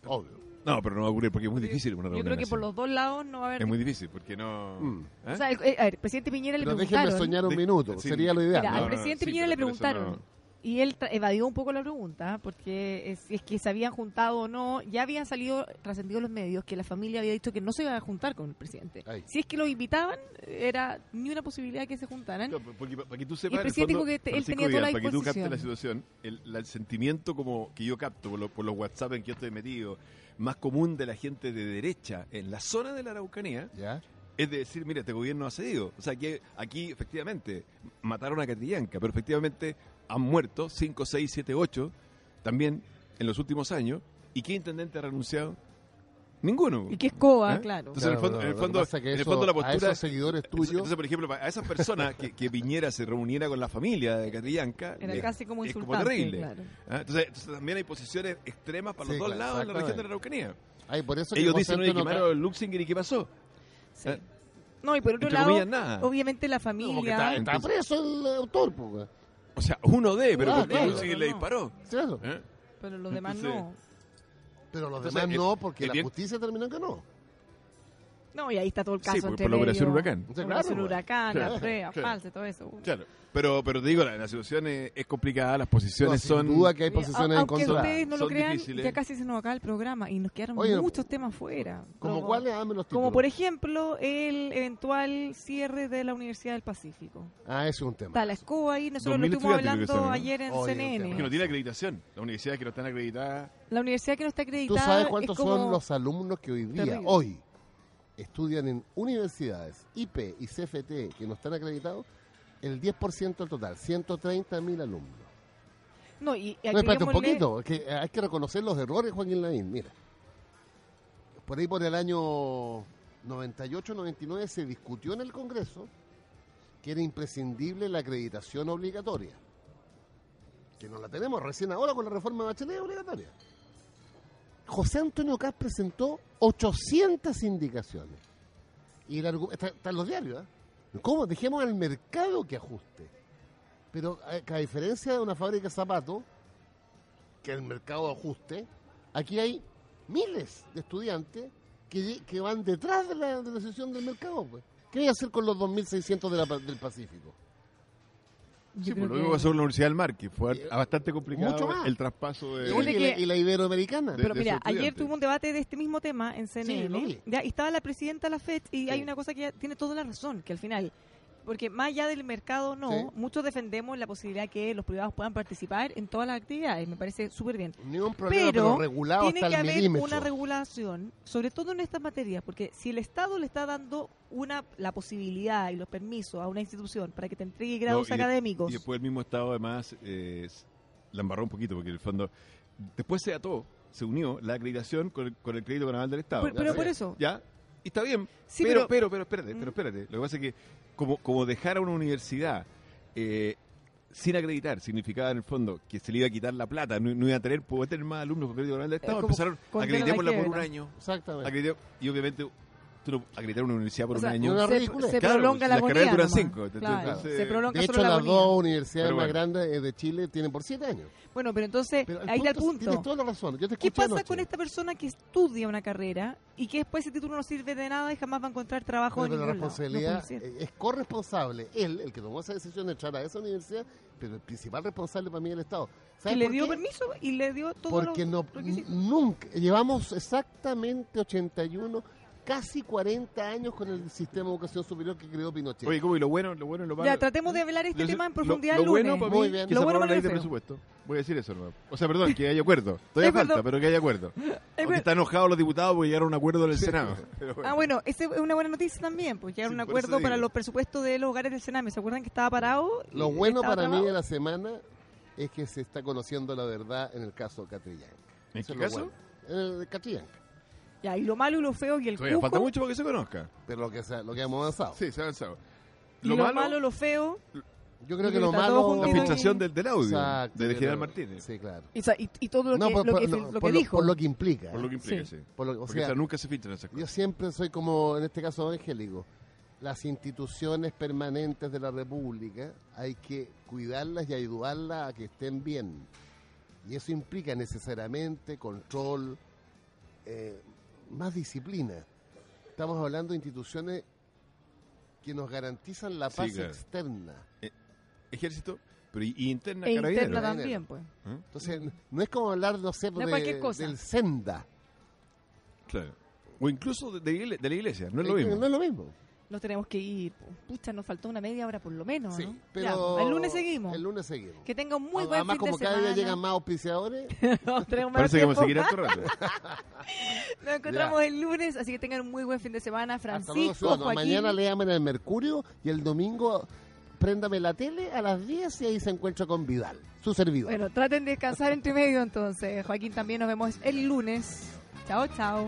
S2: Obvio.
S3: No, pero no va a ocurrir porque es muy
S6: Yo-
S3: difícil una
S6: Yo
S3: reunión
S6: creo que
S3: así.
S6: por los dos lados no va a haber.
S3: Es muy difícil porque no...
S2: Mm.
S3: ¿Eh?
S6: O sea, el- eh, a ver, presidente Piñera le
S2: Pero déjenme
S6: preguntaron.
S2: soñar un
S3: De-
S2: minuto,
S3: sí.
S2: sería lo
S6: Mira,
S2: ideal.
S3: No,
S6: al
S3: no,
S6: presidente
S3: sí,
S6: Piñera
S3: pero
S6: le
S3: por eso
S6: preguntaron.
S3: no.
S6: Y él tra- evadió un poco la pregunta, porque eh, si es que se habían juntado o no, ya habían salido, trascendido los medios, que la familia había dicho que no se iba a juntar con el presidente.
S2: Ay.
S6: Si es que lo invitaban, era ni una posibilidad que se juntaran.
S3: Claro, porque pa- para que tú sepas, en
S6: ¿eh? presidente
S3: fondo,
S6: dijo que te- él
S3: Francisco
S6: tenía toda la
S3: Vidal, Para que tú captes la
S6: disposición.
S3: situación, el, la- el sentimiento como que yo capto por, lo- por los WhatsApp en que yo estoy metido, más común de la gente de derecha en la zona de la Araucanía,
S2: ¿Ya?
S3: es de decir, mira, este gobierno ha cedido. O sea, que aquí efectivamente mataron a Catillanca, pero efectivamente han muerto 5, 6, 7, 8 también en los últimos años. ¿Y qué intendente ha renunciado? Ninguno.
S1: Y que escoba,
S3: ¿Eh?
S1: claro.
S3: Entonces, en el
S2: Claro,
S3: fondo,
S2: no,
S3: en el
S2: lo que
S3: fondo-
S2: pasa es que
S3: en el
S2: eso-
S3: fondo la
S2: a
S3: postura.
S2: esos
S3: [LAUGHS]
S2: seguidores
S3: Entonces,
S2: tuyos
S3: entonces, por ejemplo, a
S1: [LAUGHS]
S3: esas personas que, que Piñera se reuniera con la familia de Catrillanca,
S1: Era
S3: es-
S1: casi como
S3: es como
S1: insultante.
S3: terrible.
S1: claro.
S3: ¿ah? entonces, entonces también hay posiciones extremas para los
S2: Sí,
S3: dos
S2: claro,
S3: lados en la región de la Araucanía.
S2: Ay, por eso que
S3: Ellos
S2: vos
S3: dicen, oye,
S2: tanto no
S3: quemaron el Luxinger y ¿qué pasó?
S1: Sí.
S3: Eh,
S1: No, y por otro
S3: Entre
S1: lado,
S3: comillas, nada.
S1: obviamente la
S2: No, porque
S1: familia.
S2: está, está
S3: Entonces-
S2: preso el autor, pues, po, weón.
S3: O sea, uno de, pero
S2: Ah,
S3: porque
S2: claro.
S3: Luxinger le disparó.
S2: ¿Cierto?
S3: ¿eh?
S1: pero los demás
S3: Entonces-
S1: no.
S2: Pero los
S3: Entonces,
S2: demás
S3: es-
S2: no, porque
S3: es
S2: la
S3: bien-
S2: justicia terminó que no.
S1: No, y ahí está todo el caso.
S3: Sí, porque
S1: entre
S3: por la
S1: medio.
S3: operación Huracán.
S2: O sea,
S1: Operación
S2: claro,
S1: huracán,
S3: Claro,
S1: las pruebas
S3: claro.
S1: falsas, todo eso.
S3: Claro. Pero, pero te digo, la, la situación es, es complicada, las
S2: No,
S3: posiciones
S2: sin
S3: son.
S2: duda que hay
S1: Oye,
S2: posiciones
S1: au-
S2: en
S1: aunque
S2: contra.
S1: ustedes no lo
S3: Son
S1: crean,
S3: difíciles.
S1: ya casi se nos acaba el programa y nos quedaron
S2: Oye, no-
S1: muchos temas fuera.
S2: ¿Como
S1: Como-
S2: cuáles? Dame los títulos.
S1: Como por ejemplo el eventual cierre de la Universidad del Pacífico.
S2: Ah, ese es un tema.
S1: Está la escoba ahí, nosotros lo
S3: 2000
S1: estuvimos
S3: estudiantes creo que
S1: hablando
S3: son, ¿no?
S1: ayer en
S2: Oye, un
S3: Que
S1: CNN.
S3: no tiene acreditación. Las universidades que no están acreditadas.
S1: La universidad que no está
S2: ¿Tú
S1: acreditada.
S2: sabes
S1: es
S2: cuántos
S1: como-
S2: son los alumnos que hoy día,
S1: Terrible.
S2: hoy, estudian en universidades, IP y CFT, que no están acreditados? El 10% del total, 130 mil alumnos.
S1: No, y
S2: No, espérate un
S1: agreguémosle-
S2: poquito, es que hay que reconocer los errores, Joaquín Lavín, mira. Por ahí por el año 98-99 se discutió en el Congreso que era imprescindible la acreditación obligatoria. Que no la tenemos recién ahora con la reforma de Bachelet obligatoria. José Antonio Cas presentó 800 indicaciones. Y el argu- está, está en los diarios, ¿eh? ¿Cómo? Dejemos al mercado que ajuste. Pero a, que a diferencia de una fábrica de zapatos, que el mercado ajuste, aquí hay miles de estudiantes que, lle- que van detrás de la, de la decisión del mercado. Pues. ¿Qué voy a hacer con los 2.600 de la pa- del Pacífico?
S1: Yo
S3: Sí,
S1: creo
S3: pues lo mismo
S1: que-
S3: pasó con la Universidad del Mar, que fue
S2: Eh,
S3: a- bastante complicado
S2: mucho más.
S3: el traspaso de.
S2: Y,
S1: Fíjate
S2: la,
S1: Eh, que-
S2: y la iberoamericana.
S3: de-
S1: Pero
S3: de
S1: mira,
S3: su
S1: ayer
S3: estudiante.
S1: tuvimos un debate de este mismo tema en
S2: lo
S1: CNN.
S2: vi.
S1: ya, y estaba la presidenta Lafet y
S2: Sí.
S1: hay una cosa que ella tiene toda la razón, que al final, porque más allá del mercado no,
S2: Sí.
S1: muchos defendemos la posibilidad que los privados puedan participar en todas las actividades, me parece súper bien.
S2: Ni un problema, pero,
S1: Pero
S2: regulado
S1: Tiene
S2: hasta
S1: que
S2: el
S1: haber
S2: milímetro.
S1: una regulación, sobre todo en estas materias, porque si el Estado le está dando una la posibilidad y los permisos a una institución para que te entregue grados
S3: y de-
S1: académicos,
S3: Y después el mismo Estado, además, eh, s- la embarró un poquito, porque en el fondo. Después se ató, se unió la acreditación con el, con el crédito canal del Estado.
S1: por- pero
S3: ¿ya?
S1: por eso,
S3: ¿Ya? Y está bien.
S1: Sí,
S3: pero,
S1: pero- Mm.
S3: pero, pero, espérate, pero espérate. Lo que pasa es que como, como dejar a una universidad eh, sin acreditar significaba en el fondo que se le iba a quitar la plata, no, no iba a tener, poder tener más alumnos con crédito oral del Estado,
S1: como
S3: empezaron a
S1: condenar la
S3: acreditémosla por un
S1: quiebra.
S3: año.
S2: Exactamente.
S3: acreditemos- y obviamente tú no- acreditar una universidad por
S1: o sea,
S3: un año.
S2: una
S1: se,
S2: ridícula.
S1: se
S3: Claro,
S1: prolonga
S3: si
S1: la
S3: las
S1: agonía.
S3: carreras duran
S1: nomás.
S3: cinco, entonces,
S1: Claro,
S3: entonces-
S1: se prolonga
S2: De
S1: solo
S2: hecho,
S1: la
S2: las
S1: agonía.
S2: dos universidades
S3: Pero
S2: más
S3: bueno.
S2: grandes eh, de Chile tienen por siete años.
S1: Bueno, pero entonces,
S2: Pero el
S1: Eh, ahí está el
S2: punto es-
S1: punto.
S2: Tienes toda la razón. Yo te
S1: ¿Qué
S2: escuché
S1: pasa
S2: anoche.
S1: con este esta persona que estudia una carrera y que después ese título no sirve de nada y jamás va a encontrar trabajo
S2: Pero
S1: en
S2: la
S1: ningún lado? No pues,
S2: responsabilidad
S1: puede ser.
S2: eh, es corresponsable. Él, el que tomó esa decisión de entrar a esa universidad, pero el principal responsable para mí es el Estado.
S1: Y
S2: ¿Sabes
S1: le
S2: por
S1: dio
S2: qué?
S1: permiso y le dio todo
S2: Porque no, nunca, llevamos exactamente 81, casi 40 años con el sistema de educación superior que creó Pinochet.
S3: Oye, ¿cómo? ¿Y lo bueno, lo bueno y lo malo?
S1: Ya, tratemos de hablar este
S3: Yo sé-
S1: tema en
S3: lo-
S1: profundidad
S3: lo,
S1: el lunes.
S3: bueno para
S2: Muy
S3: mí
S2: bien.
S3: que
S1: Lo
S3: se
S1: bueno
S3: aprobó
S1: para
S3: la ley de
S1: lo feo.
S3: presupuesto. Voy a decir eso, hermano. O sea, perdón, que haya acuerdo. Todavía
S1: Hay acuerdo.
S3: falta, pero que haya acuerdo.
S1: Hay
S3: Aunque
S1: acuerdo.
S3: están enojados los diputados porque llegaron a un acuerdo en el Senado. Pero bueno.
S1: Ah, bueno, esa es una buena noticia también, porque llegaron
S3: Sí,
S1: a un
S3: por eso
S1: acuerdo
S3: digo.
S1: para los presupuestos de los hogares del Sename. ¿Se acuerdan que estaba parado?
S2: Lo
S1: Y
S2: bueno
S1: estaba
S2: para mí
S1: trabado.
S2: de la semana es que se está conociendo la verdad en el caso Catrillanca.
S3: ¿En
S2: Eso
S3: qué
S2: es lo
S3: caso?
S2: bueno. Eh, En el Catrillanca.
S1: Ya, y lo malo y lo feo y el
S3: Todavía falta
S1: cuco.
S3: mucho para que se conozca.
S2: Pero lo que, se- lo que hemos avanzado.
S3: Sí, se ha avanzado.
S1: y Lo, malo, lo feo.
S2: Yo creo
S1: Y
S2: que
S1: que
S2: lo
S1: está todo
S2: malo...
S3: la
S1: junto y-
S3: filtración del, del audio
S2: Exacto,
S3: del
S2: pero-
S3: general Martínez.
S2: Sí, claro.
S1: Y, sa- y- y todo lo que,
S2: No, por-
S1: lo
S2: por-
S1: que-
S2: no,
S1: lo que
S2: por lo-
S1: dijo.
S2: por lo que implica. ¿eh?
S3: Por lo que implica, sí.
S1: Sí.
S2: Por lo- o
S3: Porque
S2: sea,
S3: esa nunca se filtran esas
S2: Yo
S3: cosas.
S2: siempre soy como, en este caso evangélico, las instituciones permanentes de la República hay que cuidarlas y ayudarlas a que estén bien. Y eso implica necesariamente control, eh, más disciplina. Estamos hablando de instituciones que nos garantizan la
S3: Sí,
S2: paz
S3: claro.
S2: externa.
S3: Ejército, pero y, y interna,
S1: e
S3: carabineros.
S1: interna también,
S2: Carabineros.
S1: pues.
S2: Entonces, no es como hablar, no sé,
S1: No,
S2: de-
S1: cualquier cosa.
S2: del senda.
S3: Claro. O incluso de, de la igle- de la iglesia, no es lo
S2: Eh,
S3: mismo.
S2: No es lo mismo.
S1: Nos tenemos que ir. Pucha, nos faltó una media hora por lo menos.
S2: Sí,
S1: ¿no?
S2: pero...
S1: Ya, pues, el lunes seguimos.
S2: El lunes seguimos.
S1: Que tenga un muy buen
S2: Además,
S1: fin
S2: como
S1: de
S2: cada
S1: semana. [LAUGHS]
S2: día llegan más auspiciadores,
S1: No, tenemos más
S3: Parece que vamos
S1: tiempo.
S3: a seguir harto rato.
S1: Nos encontramos el lunes, así que tengan un muy buen fin de semana,
S2: hasta luego,
S1: Francisco,
S2: ciudadano.
S1: Joaquín.
S2: Mañana leamos en el Mercurio y el domingo préndame la tele a las 10 y ahí se encuentra con Vidal, su servidor.
S1: Bueno, traten de descansar entre medio entonces. Joaquín, también nos vemos el lunes. Chao, chao.